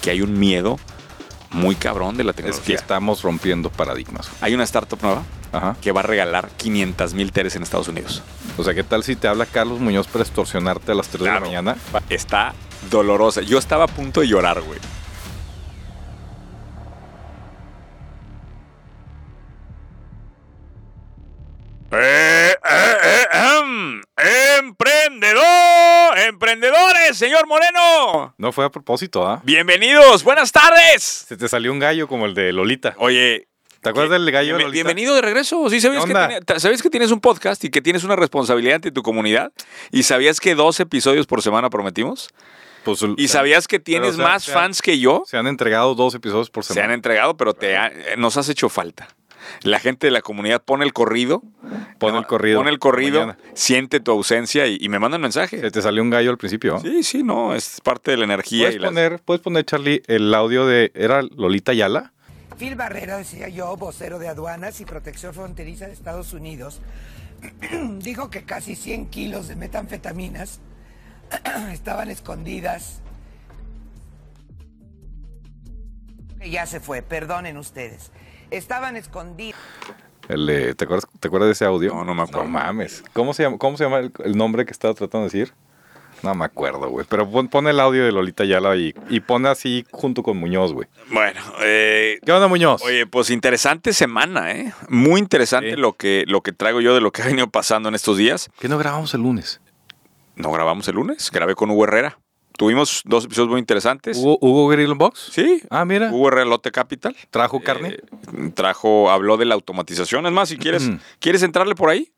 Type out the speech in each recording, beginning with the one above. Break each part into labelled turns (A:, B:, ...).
A: que hay un miedo muy cabrón de la
B: Es que
A: tecnología.
B: estamos rompiendo paradigmas.
A: Hay una startup nueva
B: Ajá.
A: que va a regalar 500 mil teles en Estados Unidos.
B: O sea, ¿qué tal si te habla Carlos Muñoz para extorsionarte a las 3 de la mañana?
A: Está dolorosa. Yo estaba a punto de llorar, güey. Eh, em, ¡Emprendedor! ¡Emprendedores, señor Moreno!
B: No fue a propósito, ¿ah?
A: ¡Bienvenidos! ¡Buenas tardes!
B: Se te salió un gallo como el de Lolita.
A: Oye,
B: ¿Te acuerdas del gallo de
A: bienve-
B: Lolita?
A: bienvenido de regreso. ¿Sí sabías
B: ¿Qué
A: que,
B: onda?
A: tiene- ta- sabías que tienes un podcast y que tienes una responsabilidad ante tu comunidad? ¿Y sabías que dos episodios por semana prometimos?
B: Pues,
A: ¿Y
B: o sea,
A: sabías que tienes
B: o sea,
A: más
B: se han-
A: fans que yo?
B: Se han entregado dos episodios por
A: Se han
B: semana.
A: entregado, pero te ha- eh, nos has hecho falta. La gente de la comunidad pone el corrido.
B: Pon
A: No,
B: el corrido.
A: Pone el corrido,
B: Mañana.
A: siente tu ausencia y, y me mandan
B: Se
A: mensaje.
B: te salió un gallo al principio. ¿ah?
A: Sí, sí, no, es parte de la energía.
B: ¿Puedes
A: Y las-
B: poner, puedes poner, Charlie, el audio de. ¿Era Lolita Ayala?
C: Phil Barrera, decía yo, vocero de aduanas y protección fronteriza de Estados Unidos, dijo que casi 100 kilos de metanfetaminas estaban escondidas. Que Ya se fue, perdonen ustedes. Estaban escondidas.
B: El, eh, ¿te, acuerdas, ¿Te acuerdas de ese audio?
A: No, no me acuerdo.
B: No mames. ¿Cómo se llama, cómo se llama el, el nombre que estaba tratando de decir? No me acuerdo, güey. Pero pon, pon el audio de Lolita Ayala y, y pon así junto con Muñoz, güey.
A: Bueno, eh,
B: ¿Qué onda, Muñoz?
A: Oye, pues interesante semana, ¿eh? Muy interesante
B: Sí.
A: lo, que, lo que traigo yo de lo que ha venido pasando en estos días.
B: ¿Qué no grabamos el lunes?
A: No grabamos el lunes, grabé con Hugo Herrera. Tuvimos dos episodios muy interesantes.
B: ¿Hubo, hubo Grill Box?
A: Sí.
B: Ah, mira.
A: Hugo Herrera Lote Capital.
B: ¿Trajo carne?
A: Eh, trajo, habló de la automatización. Es más, si quieres,
B: Ujú.
A: ¿quieres entrarle por ahí?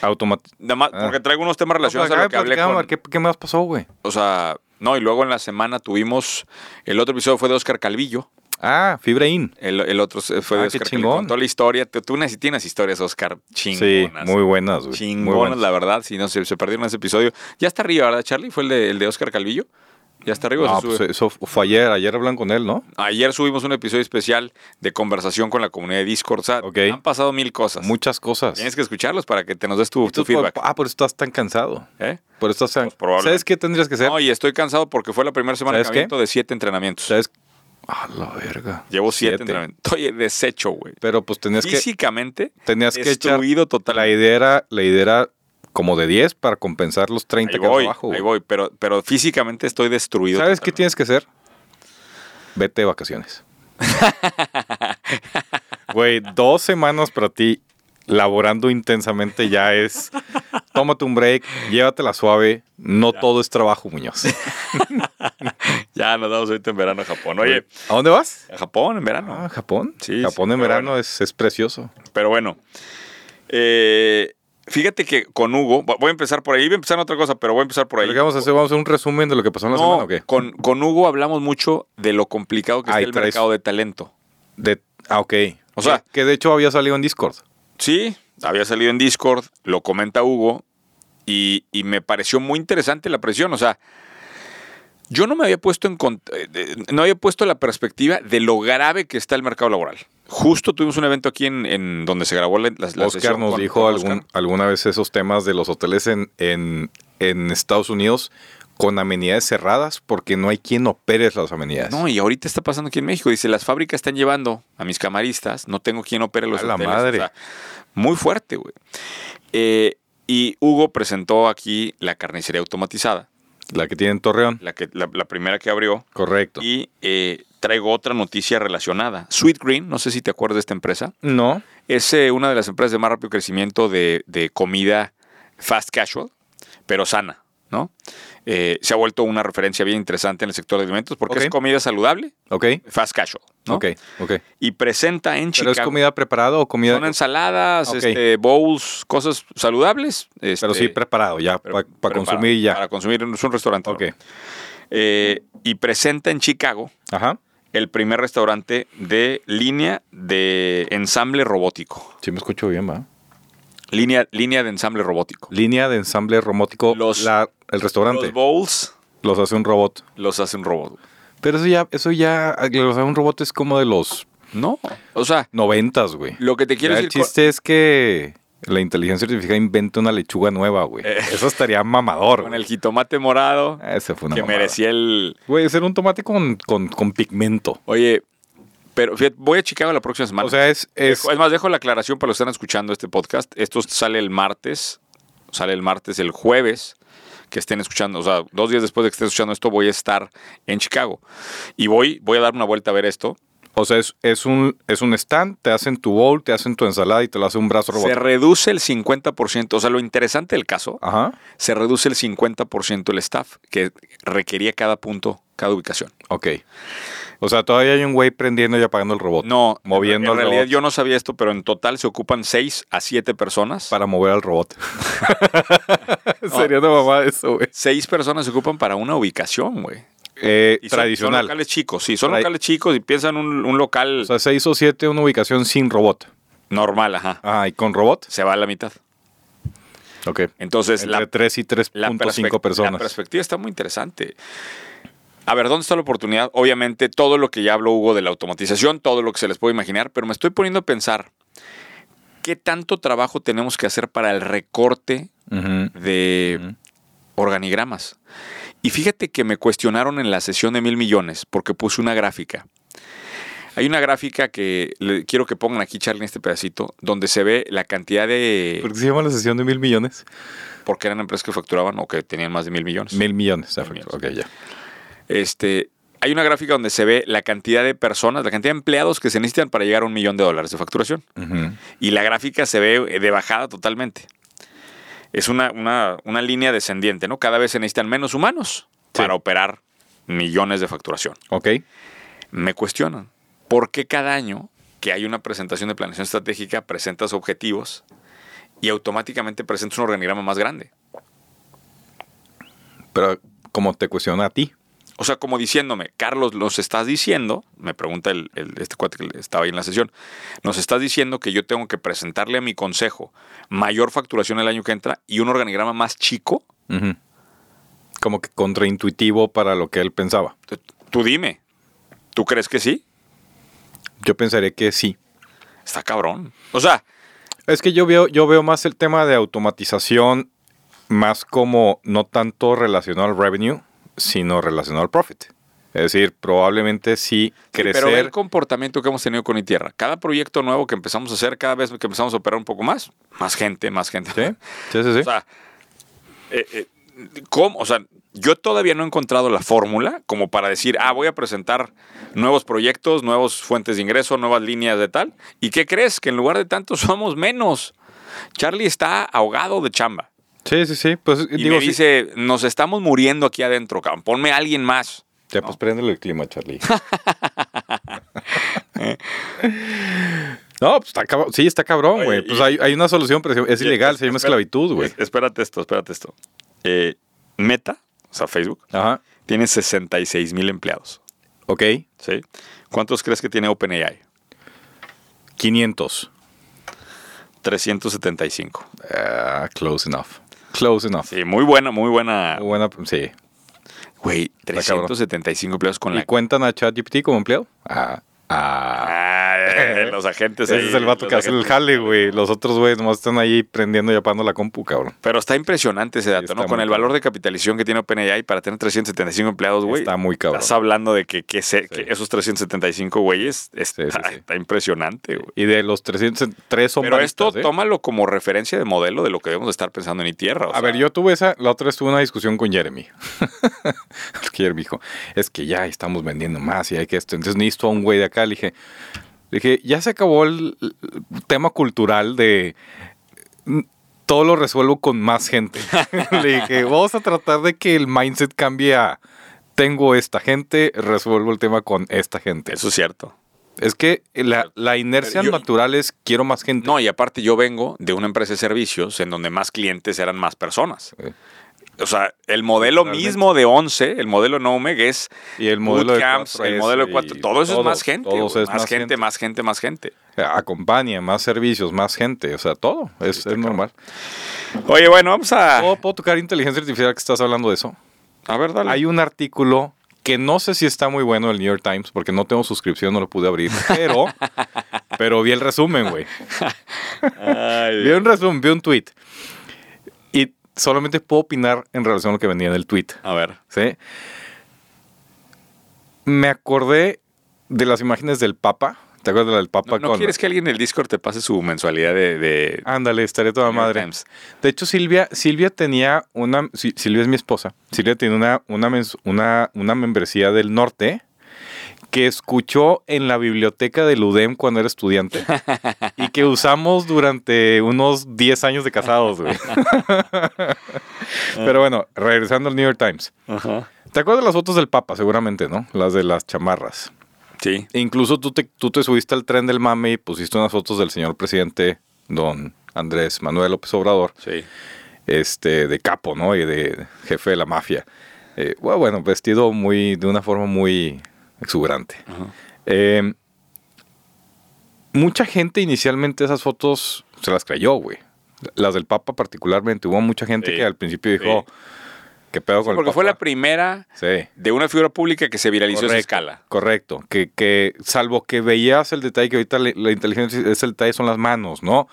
B: Automático.
A: Nada más,
B: Mm. Ah.
A: porque traigo unos temas relacionados a lo que hablé con...
B: ¿Qué, qué más pasó, güey?
A: O sea, no, y luego en la semana tuvimos... El otro episodio fue de Oscar Calvillo.
B: Ah, Fibrein.
A: El, el otro fue de
B: Ah, qué
A: Oscar
B: chingón.
A: Calvillo. Contó la historia. Tú, tú tienes, tienes historias, Oscar,
B: Sí,
A: chingonas.
B: muy buenas, güey. Muy
A: Chingonas,
B: buenas.
A: la verdad. Si no se, se perdieron ese episodio. Ya está arriba, ¿verdad, Charlie? Fue el de, el de Oscar Calvillo. Ya está arriba.
B: No,
A: se sube.
B: pues eso fue ayer. Ayer hablan con él, ¿no?
A: Ayer subimos un episodio especial de conversación con la comunidad de Discord. O sea,
B: Ok.
A: han pasado mil cosas.
B: Muchas cosas.
A: Tienes que escucharlos para que te nos des tu, tu
B: Tú,
A: feedback.
B: Ah, por eso estás tan cansado.
A: ¿eh?
B: Por eso estás tan...
A: Pues probablemente.
B: ¿Sabes qué tendrías que hacer?
A: No, y estoy cansado porque fue la primera semana que
B: ¿Sabes
A: me
B: qué?
A: aviento de siete entrenamientos.
B: ¿Sabes? A la verga.
A: Llevo siete, entrenamientos. Estoy deshecho, güey.
B: Pero pues tenías que,
A: Físicamente,
B: tenías que echar.
A: destruido
B: La
A: totalmente.
B: idea, era, la idea era como de 10 para compensar los 30
A: Ahí
B: que
A: voy,
B: abajo.
A: ahí voy, pero, pero físicamente estoy destruido.
B: ¿Sabes qué
A: totalmente.
B: tienes que hacer? Vete de vacaciones. Güey, dos semanas para ti laborando intensamente ya es. Tómate un break, llévatela suave. No todo es trabajo, Muñoz.
A: Ya nos damos ahorita en verano a Japón. Oye,
B: ¿a dónde vas?
A: a Japón en verano.
B: Ah, Japón.
A: Sí, sí,
B: Japón en
A: pero
B: verano
A: bueno.
B: es, es precioso.
A: Pero bueno, eh, fíjate que con Hugo, voy a empezar por ahí, voy a empezar en otra cosa, pero voy a empezar por ahí.
B: ¿Pero qué vamos a hacer? ¿Vamos a hacer un resumen de lo que pasó en la
A: No,
B: semana o qué?
A: Con, con Hugo hablamos mucho de lo complicado que
B: Ay,
A: está el
B: traes-
A: mercado de talento.
B: De, ah, ok.
A: O sea-
B: que, que de hecho había salido en Discord.
A: Sí, había salido en Discord, lo comenta Hugo, y, y me pareció muy interesante la presión. O sea, yo no me había puesto en cont- eh, eh, no había puesto la perspectiva de lo grave que está el mercado laboral. Justo tuvimos un evento aquí en, en donde se grabó la, la- la
B: Oscar
A: sesión
B: nos
A: con-
B: dijo
A: con
B: algún,
A: Oscar.
B: alguna vez esos temas de los hoteles en, en, en Estados Unidos con amenidades cerradas porque no hay quien opere las amenidades.
A: No, y ahorita está pasando aquí en México. Dice, las fábricas están llevando a mis camaristas, no tengo quien opere los
B: A la
A: hoteles".
B: madre.
A: O sea, muy fuerte, güey. Eh, y Hugo presentó aquí la carnicería automatizada,
B: La que tiene en Torreón.
A: la, que, la, la primera que abrió.
B: Correcto.
A: Y eh, traigo otra noticia relacionada. Sweet Green, no sé si te acuerdas de esta empresa,
B: No.
A: es eh, una de las empresas de más rápido crecimiento de, de comida fast casual, pero sana, ¿no? Eh, se ha vuelto una referencia bien interesante en el sector de alimentos porque
B: Ok.
A: es comida saludable,
B: Ok.
A: fast casual, ¿no?
B: Ok. Ok.
A: Y presenta en
B: ¿Pero
A: Chicago.
B: es comida preparada o comida?
A: Son ensaladas,
B: Ok.
A: este, bowls, cosas saludables. este,
B: Pero sí preparado ya
A: pero-
B: para
A: pero
B: consumir
A: para-
B: ya.
A: Para consumir, es un restaurante. ¿no?
B: ok.
A: Eh, y presenta en Chicago
B: Ajá.
A: el primer restaurante de línea de ensamble robótico.
B: Sí me escucho bien, va.
A: Línea, línea de ensamble robótico.
B: Línea de ensamble robótico.
A: Los-
B: la- el restaurante
A: Los bowls
B: los hace un robot.
A: los hace un robot.
B: Pero eso ya, eso ya, los hace un robot es como de los
A: No, o sea,
B: noventas, güey.
A: lo que te quiero
B: Ya,
A: decir...
B: El chiste es que la inteligencia artificial invente una lechuga nueva, güey. Eso estaría mamador,
A: Eh. Con
B: güey. Ah,
A: el jitomate morado
B: Ese fue una
A: que
B: mamada.
A: merecía el.
B: Güey, ese era un tomate con, con, con pigmento.
A: Oye, pero fíjate, voy a Chicago la próxima semana.
B: O sea, es... es
A: Dejo- Es más, dejo la aclaración para los que están escuchando este podcast. Esto sale el martes. Sale el martes, el jueves que estén escuchando, o sea, dos días después de que estén escuchando esto, voy a estar en Chicago. Y voy, voy a dar una vuelta a ver esto.
B: O sea, es, es un, es un stand, te hacen tu bowl, te hacen tu ensalada y te lo hace un brazo
A: Se
B: robot.
A: reduce el 50%, o sea, lo interesante del caso,
B: Ajá,
A: se reduce el 50% el staff que requería cada punto, cada ubicación.
B: ok. O sea, todavía hay un güey prendiendo y apagando el robot.
A: No,
B: Moviendo
A: en
B: el
A: realidad
B: robot.
A: yo no sabía esto, pero en total se ocupan 6 a 7 personas.
B: Para mover al robot. Sería una mamada eso, güey.
A: 6 personas se ocupan para una ubicación, güey.
B: Eh,
A: Y son- Son,
B: tradicional.
A: locales chicos, sí, son
B: Tra-
A: locales chicos y piensan un, un local
B: O sea, se hizo siete una ubicación sin robot.
A: normal, ajá.
B: Ah, ¿y con robot?
A: Se va a la mitad.
B: Ok.
A: Entonces,
B: Entre
A: la,
B: 3 y
A: la
B: 3.5
A: perspec- La
B: personas.
A: perspectiva está muy interesante. A ver, ¿dónde está la oportunidad? Obviamente, todo lo que ya habló Hugo de la automatización, todo lo que se les puede imaginar, pero me estoy poniendo a pensar qué tanto trabajo tenemos que hacer para el recorte
B: Ujú.
A: de organigramas. Y fíjate que me cuestionaron en la sesión de mil millones porque puse una gráfica. Hay una gráfica que le- quiero que pongan aquí, Charlie, en este pedacito, donde se ve la cantidad
B: ¿Por
A: de...
B: qué se llama la sesión de mil millones?
A: Porque eran empresas que facturaban o que tenían más de mil millones.
B: Mil millones. ah,
A: millones.
B: Ok, ya.
A: Este, hay una gráfica donde se ve la cantidad de personas, la cantidad de empleados que se necesitan para llegar a un millón de dólares de facturación.
B: Ujú.
A: Y la gráfica se ve eh, de bajada totalmente. Es una, una- una línea descendiente, ¿no? Cada vez se necesitan menos humanos para operar millones de facturación.
B: Ok.
A: Me cuestionan, ¿por qué cada año que hay una presentación de planeación estratégica presentas objetivos y automáticamente presentas un organigrama más grande?
B: Pero como te cuestiona a ti.
A: O sea, como diciéndome, Carlos, nos estás diciendo, me pregunta el, el- este cuate que estaba ahí en la sesión, nos estás diciendo que yo tengo que presentarle a mi consejo mayor facturación el año que entra y un organigrama más chico.
B: Ujú. Como que contraintuitivo para lo que él pensaba.
A: Tú- Tú dime, ¿tú crees que sí?
B: Yo pensaría que sí.
A: Está cabrón. O sea,
B: Es que yo veo, yo veo más el tema de automatización más como no tanto relacionado al revenue, sino relacionado al profit. Es decir, probablemente sí crecer.
A: pero ve el comportamiento que hemos tenido con iTierra. Cada proyecto nuevo que empezamos a hacer, cada vez que empezamos a operar un poco más, más gente, más gente.
B: ¿Sí? Sí, sí, sí.
A: O sea, eh, eh, ¿cómo? O sea, yo todavía no he encontrado la fórmula como para decir, ah, voy a presentar nuevos proyectos, nuevas fuentes de ingreso, nuevas líneas de tal. ¿Y qué crees? Que en lugar de tanto somos menos. Charlie está ahogado de chamba.
B: sí, sí, sí. Pues
A: Y
B: digo,
A: me
B: sí.
A: dice, nos estamos muriendo aquí adentro, cabrón. Ponme a alguien más.
B: Ya, pues préndele el clima, Charlie. no, pues está cabrón. Sí, está cabrón,
A: Oye,
B: güey. Pues
A: y-
B: hay, hay una solución, pero es
A: Y-
B: ilegal, se llama
A: espera-
B: esclavitud, güey.
A: es- Espérate esto, espérate esto. Eh, Meta, o sea, Facebook,
B: Ajá.
A: tiene 66 mil empleados.
B: Ok.
A: ¿sí? ¿Cuántos crees que tiene OpenAI?
B: 500.
A: 375.
B: Ah, close enough. Close enough.
A: Sí, muy buena, muy buena.
B: Buena, sí.
A: Güey,
B: cabrón.
A: 375 empleados con
B: ¿Y
A: la...
B: cuentan a ChatGPT como empleado? Ah, ah.
A: Ah, eh, los agentes
B: Ese
A: ahí,
B: es el vato
A: los
B: que hace el
A: agentes.
B: jale, güey. Los otros güeyes nomás están ahí prendiendo y apagando la compu, cabrón.
A: Pero está impresionante ese dato,
B: está
A: ¿no?
B: muy
A: Con el
B: cabrón.
A: valor de capitalización que tiene OpenAI para tener 375 empleados, Pues, güey.
B: Está muy cabrón.
A: Estás hablando de que, que se-
B: Sí.
A: que esos 375 güeyes está,
B: Sí, sí, sí.
A: está impresionante, güey.
B: Y de los 303 son
A: Pero esto
B: baristas, ¿eh?
A: tómalo como referencia de modelo de lo que debemos de estar pensando en iTierra. o
B: A
A: sea,
B: ver, yo tuve esa, la otra vez tuve una discusión con Jeremy. Porque Jeremy dijo, es que ya estamos vendiendo más y hay que esto. Entonces necesito a un güey de acá. Le dije, le dije, ya se acabó el, el tema cultural de mm, todo lo resuelvo con más gente. le dije, vamos a tratar de que el mindset cambie a tengo esta gente, resuelvo el tema con esta gente.
A: Eso es cierto.
B: Es que la, la inercia
A: Yo-
B: natural es quiero más gente.
A: No, y aparte yo vengo de una empresa de servicios en donde más clientes eran más personas.
B: Sí.
A: O sea, el modelo
B: Totalmente.
A: mismo de 11, el modelo Nomeg es
B: Y el modelo de
A: bootcamps,
B: cuatro
A: el
B: es-
A: modelo de
B: y
A: 4, todo eso
B: todo,
A: es más gente,
B: todo
A: güey,
B: eso es
A: más,
B: más
A: gente,
B: gente.
A: más gente, más gente.
B: acompaña, más servicios, más gente, o sea, todo es, es normal.
A: Oye, bueno, vamos a
B: ¿Puedo, puedo tocar inteligencia artificial que estás hablando de eso?
A: a ver, dale.
B: Hay un artículo que no sé si está muy bueno del New York Times porque no tengo suscripción, no lo pude abrir, pero, pero vi el resumen, güey. vi un resumen, vi un tweet. Y solamente puedo opinar en relación a lo que venía en el tweet.
A: A ver.
B: ¿sí? Me acordé de las imágenes del Papa. ¿Te acuerdas de la del Papa
A: ¿No, no
B: con-
A: quieres que alguien en el Discord te pase su mensualidad de... de-
B: Ándale, estaré toda
A: New York
B: Ah, madre.
A: Times?
B: De hecho, Silvia, Silvia tenía una. Si- Silvia es mi esposa. Silvia tiene una, una, mens- una, una membresía del norte que escuchó en la biblioteca del UDEM cuando era estudiante y que usamos durante unos 10 años de casados, güey. Pero bueno, regresando al New York Times.
A: Ajá.
B: ¿Te acuerdas de las fotos del Papa, seguramente, no? Las de las chamarras.
A: Sí.
B: E incluso tú te, tú te subiste al tren del mame y pusiste unas fotos del señor presidente, don Andrés Manuel López Obrador,
A: Sí.
B: este, de capo, ¿no? Y de jefe de la mafia. Eh, bueno, bueno, vestido muy, de una forma muy exuberante. Eh, mucha gente inicialmente esas fotos se las creyó, güey. Las del Papa particularmente. Hubo mucha gente
A: Sí,
B: que al principio dijo,
A: sí.
B: ¿qué pedo con el
A: Porque fue la
B: Papa?"
A: primera
B: Sí.
A: de una figura pública que se viralizó a esa escala.
B: Correcto, que, que salvo que veías el detalle que ahorita le- la inteligencia es el detalle son las manos, ¿no?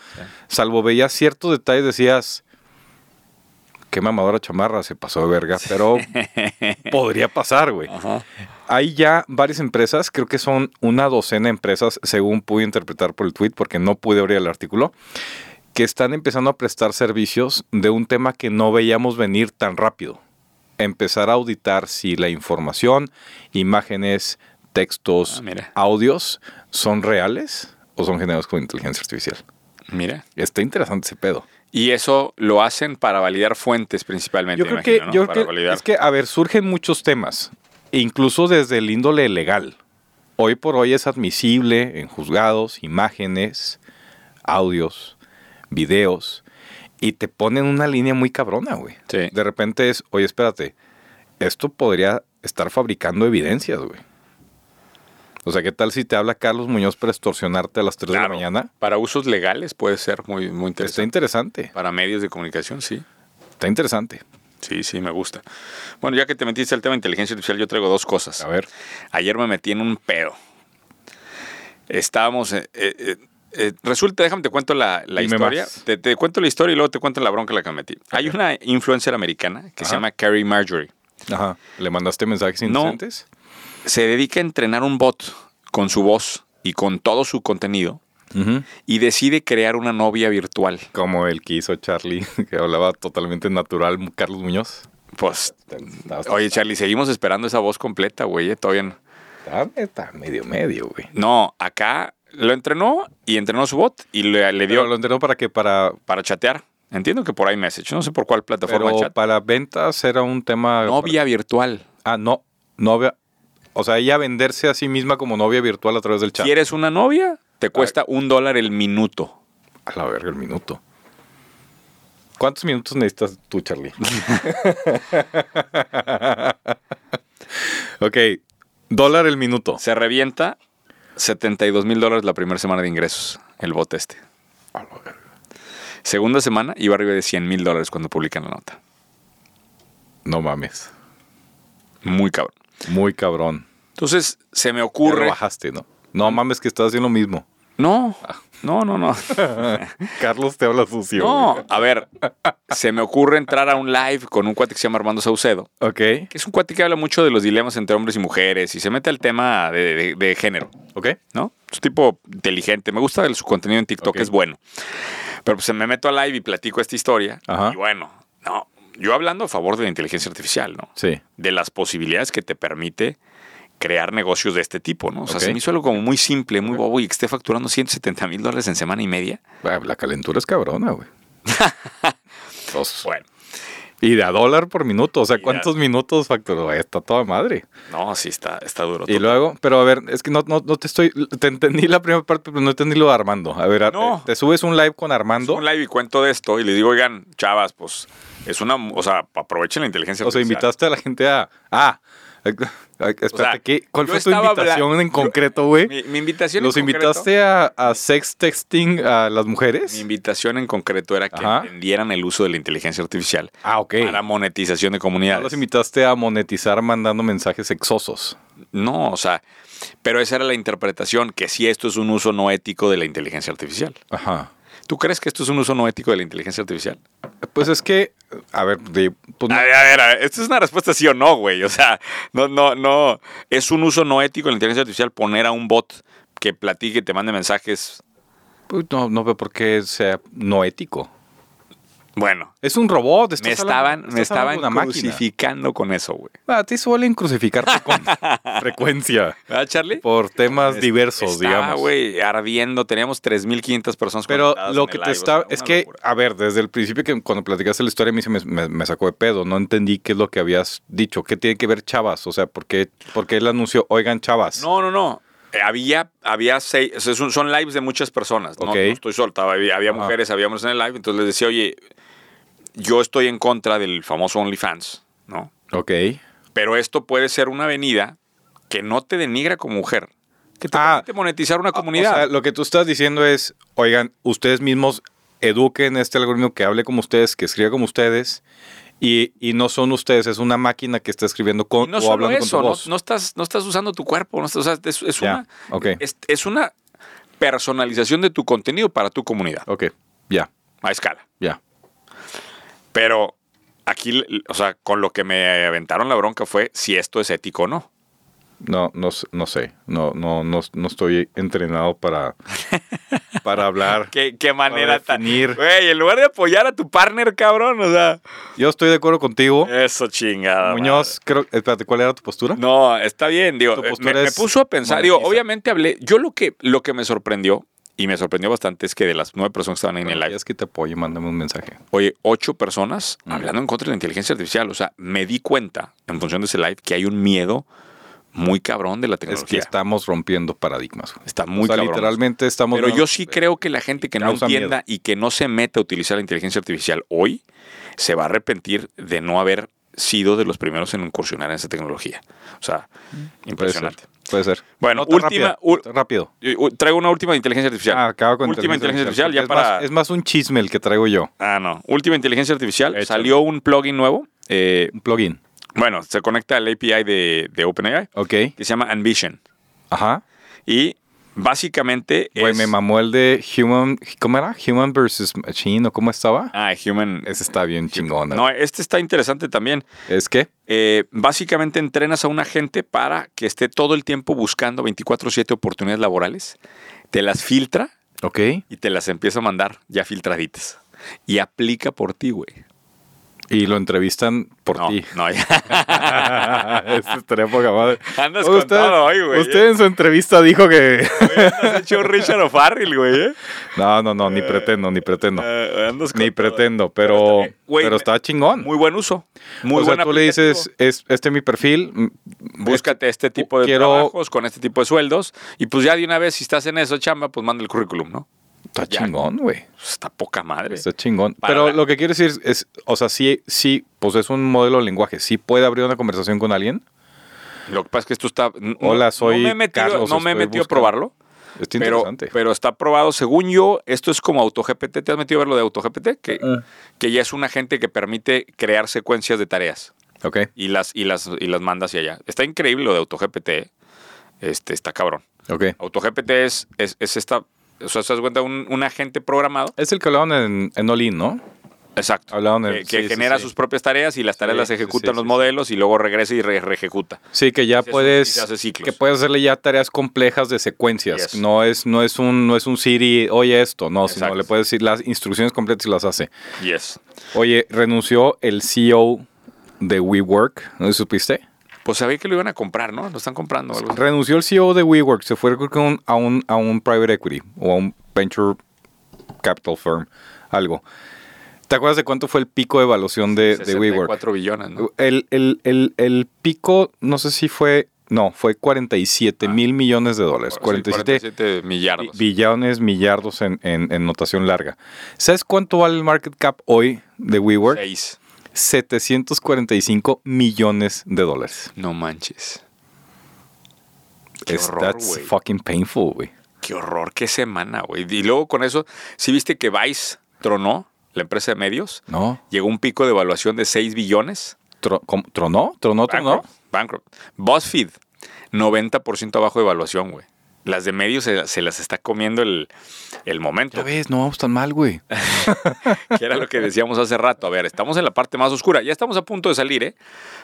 B: Salvo veías ciertos detalles decías qué mamadora chamarra se pasó de verga, pero podría pasar, güey.
A: Ajá.
B: Hay ya varias empresas, creo que son una docena de empresas, según pude interpretar por el tweet, porque no pude abrir el artículo, que están empezando a prestar servicios de un tema que no veíamos venir tan rápido. Empezar a auditar si la información, imágenes, textos,
A: Ah, mira.
B: audios son reales o son generados con inteligencia artificial.
A: Mira.
B: Está interesante ese pedo.
A: Y eso lo hacen para validar fuentes principalmente,
B: Yo creo
A: imagino,
B: que,
A: ¿no?
B: yo
A: para
B: creo que-
A: validar.
B: es que, a ver, surgen muchos temas, e incluso desde el índole legal. Hoy por hoy es admisible en juzgados, imágenes, audios, videos, y te ponen una línea muy cabrona, güey.
A: Sí.
B: De repente es, oye, espérate, esto podría estar fabricando evidencias, güey. O sea, ¿qué tal si te habla Carlos Muñoz para extorsionarte a las 3 de
A: Claro.
B: la mañana?
A: Para usos legales puede ser muy, muy
B: Está
A: interesante.
B: interesante,
A: Para medios de comunicación, sí.
B: está interesante.
A: Sí, sí, me gusta. Bueno, ya que te metiste al tema de inteligencia artificial, yo traigo dos cosas.
B: A ver,
A: Ayer me metí en un pedo. Estábamos. eh, eh, eh, eh, resulta, déjame te cuento la, la
B: Dime
A: historia.
B: más.
A: Te, te cuento la historia y luego te cuento la bronca en la que me metí. Hay una influencer americana que se
B: Ajá.
A: llama Carrie Marjorie.
B: ajá, ¿le mandaste mensajes
A: No.
B: inocentes?
A: Se dedica a entrenar un bot con su voz y con todo su contenido y decide crear una novia virtual.
B: Como el que hizo Charlie, que hablaba totalmente natural, Carlos Muñoz.
A: Pues, oye, Charlie, seguimos esperando esa voz completa, güey. eh, Todavía no.
B: Está, está medio medio, güey.
A: No, acá lo entrenó y entrenó su bot y le, le
B: Pero
A: dio
B: lo entrenó para que para,
A: para chatear. Entiendo que por iMessage, no sé por cuál plataforma
B: pero
A: chat.
B: para ventas era un tema.
A: Novia virtual.
B: Ah, no, novia. O sea, ella venderse a sí misma como novia virtual a través del chat.
A: ¿Quieres una novia? Te cuesta un dólar el minuto.
B: A la verga, el minuto. ¿Cuántos minutos necesitas tú, Charlie? ok, dólar el minuto.
A: Se revienta 72 mil dólares la primera semana de ingresos, el bot este.
B: A la verga.
A: Segunda semana iba arriba de 100 mil dólares cuando publican la nota.
B: No mames.
A: Muy cabrón.
B: Muy cabrón.
A: Entonces se me
B: Ya lo
A: ocurre.
B: bajaste, ¿no? No mames que estás haciendo lo mismo.
A: No,
B: Ah.
A: no, no, no.
B: Carlos te habla sucio.
A: No, a ver, se me ocurre entrar a un live con un cuate que se llama Armando Saucedo.
B: Ok,
A: que es un cuate que habla mucho de los dilemas entre hombres y mujeres y se mete al tema de, de- de género,
B: ok.
A: ¿no? Es un tipo inteligente, me gusta el- su contenido en TikTok,
B: Ok.
A: es bueno. Pero pues me meto a live y platico esta historia
B: Ajá.
A: y bueno, no, yo hablando a favor de la inteligencia artificial, ¿no?
B: Sí.
A: De las posibilidades que te permite crear negocios de este tipo, ¿no? O sea,
B: Ok.
A: se me hizo algo como muy simple, muy bobo y que esté facturando 170 mil dólares en semana y media.
B: Ah, La calentura es cabrona, güey. Dos.
A: Bueno,
B: y de a dólar por minuto. O sea,
A: Y de a-
B: ¿cuántos minutos facturó? Ahí Está toda madre.
A: no, sí está, está duro.
B: Y luego, pero a ver, es que no, no, no te estoy. Te entendí la primera parte, pero no entendí lo de Armando. A ver, a-
A: No.
B: te, te subes un live con
A: Hago
B: Armando.
A: un live y cuento de esto y les digo, oigan, chavas, pues es una, o sea, aprovechen la inteligencia
B: O sea, invitaste a la gente a. Ah, eh, espérate,
A: O sea,
B: ¿qué- ¿cuál
A: yo
B: fue tu
A: estaba habla-
B: invitación en
A: yo-
B: concreto, güey?
A: Mi, mi invitación
B: ¿Los
A: en concreto-
B: invitaste a, a sex texting a las
A: Mi
B: mujeres?
A: invitación en concreto era que
B: Ajá.
A: entendieran el uso de la inteligencia artificial
B: Ah, ok.
A: para monetización de
B: No los
A: comunidades.
B: invitaste a monetizar mandando mensajes exosos.
A: No, o sea, pero esa era la interpretación, que si esto es un uso no ético de la inteligencia artificial.
B: Ajá.
A: ¿Tú crees que esto es un uso no ético de la inteligencia artificial?
B: Pues es que, a ver, de, pues no-
A: A ver, a ver, a ver, Esta es una respuesta sí o no, güey. O sea, no, no, no. Es un uso no ético de la inteligencia artificial poner a un bot que platique y te mande mensajes.
B: pues no, no veo por qué sea no ético.
A: Bueno,
B: Es un robot. estás
A: me estaban,
B: hablando-
A: me
B: estás hablando
A: estaban
B: de una máquina.
A: crucificando con eso, güey.
B: A ti suelen crucificarte con frecuencia
A: ¿Verdad, Charlie?
B: por temas
A: Es-
B: diversos,
A: estaba,
B: digamos.
A: güey, ardiendo. Teníamos 3.500 personas
B: Pero
A: conectadas
B: lo
A: en
B: que
A: el
B: te
A: live, o sea,
B: está.
A: una
B: Es que,
A: locura.
B: a ver, desde el principio que cuando platicaste la historia, a mí se me, me- me sacó de pedo. No entendí qué es lo que habías dicho. ¿Qué tiene que ver Chavas? O sea, ¿por qué, por qué el anuncio, oigan, Chavas?
A: No, no, no. Eh, Había, había seis, o sea, son, son lives de muchas personas, no,
B: Ok. Ah.
A: No estoy solta, había, había
B: Ajá.
A: mujeres, habíamos en el live, entonces les decía, oye, yo estoy en contra del famoso OnlyFans, ¿no?
B: Ok.
A: Pero esto puede ser una avenida que no te denigra como mujer, que te
B: Ah.
A: permite monetizar una
B: O sea,
A: comunidad.
B: lo que tú estás diciendo es, oigan, ustedes mismos eduquen este algoritmo que hable como ustedes, que escriba como ustedes, y, y no son ustedes, es una máquina que está escribiendo
A: Y
B: con,
A: no
B: o
A: solo
B: hablando
A: eso,
B: con tu
A: no,
B: voz.
A: no estás, no estás usando tu cuerpo, no estás- o sea, es, es
B: Ya,
A: una,
B: ok.
A: es, es una personalización de tu contenido para tu comunidad,
B: Ok, ya,
A: a escala.
B: ya.
A: Pero aquí, o sea, con lo que me aventaron la bronca fue si esto es ético o no.
B: No, no, s- no sé, no, no, no, no estoy entrenado para, para hablar.
A: Qué, qué manera tan.
B: definir.
A: Güey, en lugar de apoyar a tu partner, cabrón, o sea.
B: Yo estoy de acuerdo contigo,
A: Eso chingada.
B: Muñoz, creo, espérate, ¿cuál era tu postura?
A: madre. Eh, ah, No, está bien, digo.
B: Tu
A: eh,
B: postura
A: Me, me
B: es
A: puso a pensar, digo,
B: monetiza.
A: obviamente hablé. Yo lo que, lo que me sorprendió, y me sorprendió bastante, es que de las nueve personas que estaban ahí en el live,
B: Es que te apoye, mándame un mensaje.
A: oye, ocho personas hablando en contra de la inteligencia artificial. O sea, me di cuenta, en función de ese live, que hay un miedo muy cabrón de la
B: Es
A: tecnología.
B: que estamos rompiendo paradigmas. güey.
A: Está muy
B: o sea,
A: cabrón.
B: literalmente estamos...
A: Pero yo sí creo que la gente que no
B: Causa
A: entienda y que no se meta a utilizar la inteligencia artificial hoy se va a arrepentir de no haber sido de los primeros en incursionar en esa tecnología. O sea,
B: Mm, Puede ser,
A: impresionante.
B: puede ser.
A: Bueno,
B: Nota
A: última-
B: rápida,
A: ul-
B: nota rápido.
A: Y, u- Traigo una última de inteligencia artificial.
B: Ah, acabo con
A: última inteligencia artificial, ya
B: es
A: para.
B: Más, es más un chisme el que traigo yo,
A: Ah, no. Última inteligencia artificial.
B: Échale.
A: Salió un plugin nuevo. eh,
B: un plugin.
A: bueno, se conecta al API de, de OpenAI
B: Ok,
A: que se llama Ambition.
B: ajá.
A: Y básicamente
B: Güey,
A: es.
B: me mamó el de Human... ¿Cómo era? Human versus Machine, ¿o cómo estaba?
A: Ah, Human.
B: Ese está bien chingón.
A: No, este está interesante también.
B: ¿Es que?
A: Eh, básicamente entrenas a un agente para que esté todo el tiempo buscando 24/7 oportunidades laborales, te las filtra
B: Ok.
A: y te las empieza a mandar ya filtraditas. Y aplica por ti, güey.
B: Y lo entrevistan por
A: No,
B: ti.
A: no, ya.
B: Esa estaría poca madre.
A: Andas con todo hoy, güey. ¿eh?
B: Usted en su entrevista dijo que...
A: Has hecho un Richard O'Farrell, güey. ¿eh?
B: no, no, no, ni pretendo, ni pretendo.
A: Eh, andas con
B: Ni
A: todo.
B: pretendo, pero,
A: Güey,
B: pero
A: me-
B: está chingón.
A: Muy buen uso. Muy
B: o sea,
A: buen
B: tú le
A: aplicativo.
B: dices, es, este es mi perfil, m-
A: Búscate este tipo de
B: Pues, quiero-
A: trabajos con este tipo de sueldos. Y pues ya de una vez, si estás en eso, chamba, pues manda el currículum, ¿no?
B: está
A: Ya.
B: chingón, güey.
A: Está poca madre.
B: Está chingón.
A: Para
B: Pero
A: la-
B: lo que quiero decir es, es, o sea, sí, sí, pues es un modelo de lenguaje. Sí puede abrir una conversación con alguien.
A: Lo que pasa es que esto está. n-
B: Hola,
A: no-
B: soy
A: No me he metido,
B: Carlos,
A: no me he
B: estoy
A: metido a
B: buscando-
A: probarlo.
B: Está
A: Pero,
B: interesante.
A: pero está probado, según yo, esto es como AutoGPT. ¿Te has metido a ver lo de AutoGPT? Que, que ya es un agente que permite crear secuencias de tareas
B: ok.
A: y las, y las, y las manda hacia allá. Está increíble lo de AutoGPT. ¿eh? Este, está cabrón.
B: Ok.
A: AutoGPT es, es, es esta. O sea, se das cuenta, un, un agente programado.
B: Es el que hablaban en, en Olin, ¿no?
A: Exacto.
B: Hablaban en-
A: que que
B: sí, sí,
A: genera
B: sí.
A: sus propias tareas y las tareas
B: Sí,
A: las
B: sí, sí,
A: ejecutan
B: sí,
A: los
B: sí.
A: modelos y luego regresa y re- reejecuta.
B: Sí, que ya
A: se hace- y
B: puedes
A: se hace ciclos.
B: que puedes hacerle ya tareas complejas de secuencias.
A: Yes.
B: No es no es un no es un Siri, oye esto, no,
A: Exacto.
B: sino le puedes decir las instrucciones completas y las hace.
A: Yes.
B: Oye, renunció el CEO de WeWork, ¿no supiste?
A: Pues sabía que lo iban a comprar, ¿no? Lo están comprando. o algo así.
B: Renunció el CEO de WeWork, se fue creo que, un- a, un, a un private equity o a un venture capital firm, algo. ¿Te acuerdas de cuánto fue el pico de evaluación de, de WeWork?
A: 64 billones, ¿no?
B: El, el- el- el pico, no sé si fue, no, fue 47 mil millones de dólares.
A: Ah. Sí,
B: 47
A: 47 millardos.
B: billones, millardos en, en- en notación larga. ¿Sabes cuánto vale el market cap hoy de WeWork?
A: Seis.
B: 745 millones de dólares.
A: No manches. Qué
B: Es,
A: horror,
B: that's
A: güey.
B: fucking painful, güey.
A: Qué horror, qué semana, güey. Y luego con eso, si viste que Vice tronó, la empresa de medios,
B: No.
A: llegó a un pico de evaluación de 6 billones.
B: Tro- ¿cómo? ¿Tronó? ¿Tronó? ¿Tronó?
A: Bankrupt. Bankrupt. BuzzFeed, 90% abajo de evaluación, güey. Las de medio se, se las está comiendo el, el
B: Ya
A: momento,
B: ves, no vamos tan mal, güey.
A: que era lo que decíamos hace rato. A ver, estamos en la parte más oscura. Ya estamos a punto de salir, ¿eh?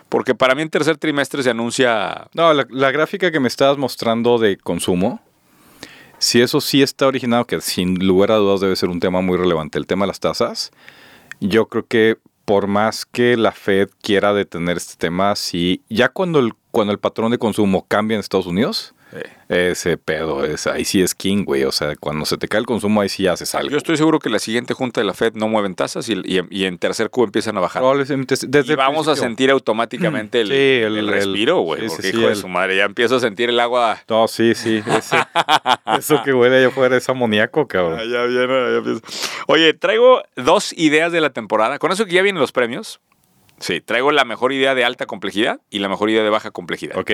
A: Porque para mí en tercer trimestre se anuncia...
B: No, la, la gráfica que me estabas mostrando de consumo, si eso sí está originado, que sin lugar a dudas debe ser un tema muy relevante, el tema de las tasas, yo creo que por más que la Fed quiera detener este tema, si ya cuando el, cuando el patrón de consumo cambia en Estados Unidos,
A: eh,
B: ese pedo, es, ahí sí es king, güey. O sea, cuando se te cae el consumo, ahí sí haces algo.
A: yo estoy seguro que la siguiente junta de la FED no mueven tasas y, y en- y en tercer Q empiezan a bajar.
B: Probablemente desde
A: y
B: el
A: vamos a
B: principio.
A: sentir automáticamente el,
B: Sí, el-
A: el
B: el-
A: respiro, güey.
B: sí, sí,
A: porque
B: sí,
A: hijo de
B: el-
A: su madre, ya empiezo a sentir el agua.
B: No, sí, sí. ese- eso que huele allá afuera es amoníaco, cabrón.
A: Ah, ya viene, ya empiezo. Oye, traigo dos ideas de la temporada. Con eso que ya vienen los premios. Sí, traigo la mejor idea de alta complejidad y la mejor idea de baja complejidad.
B: Ok.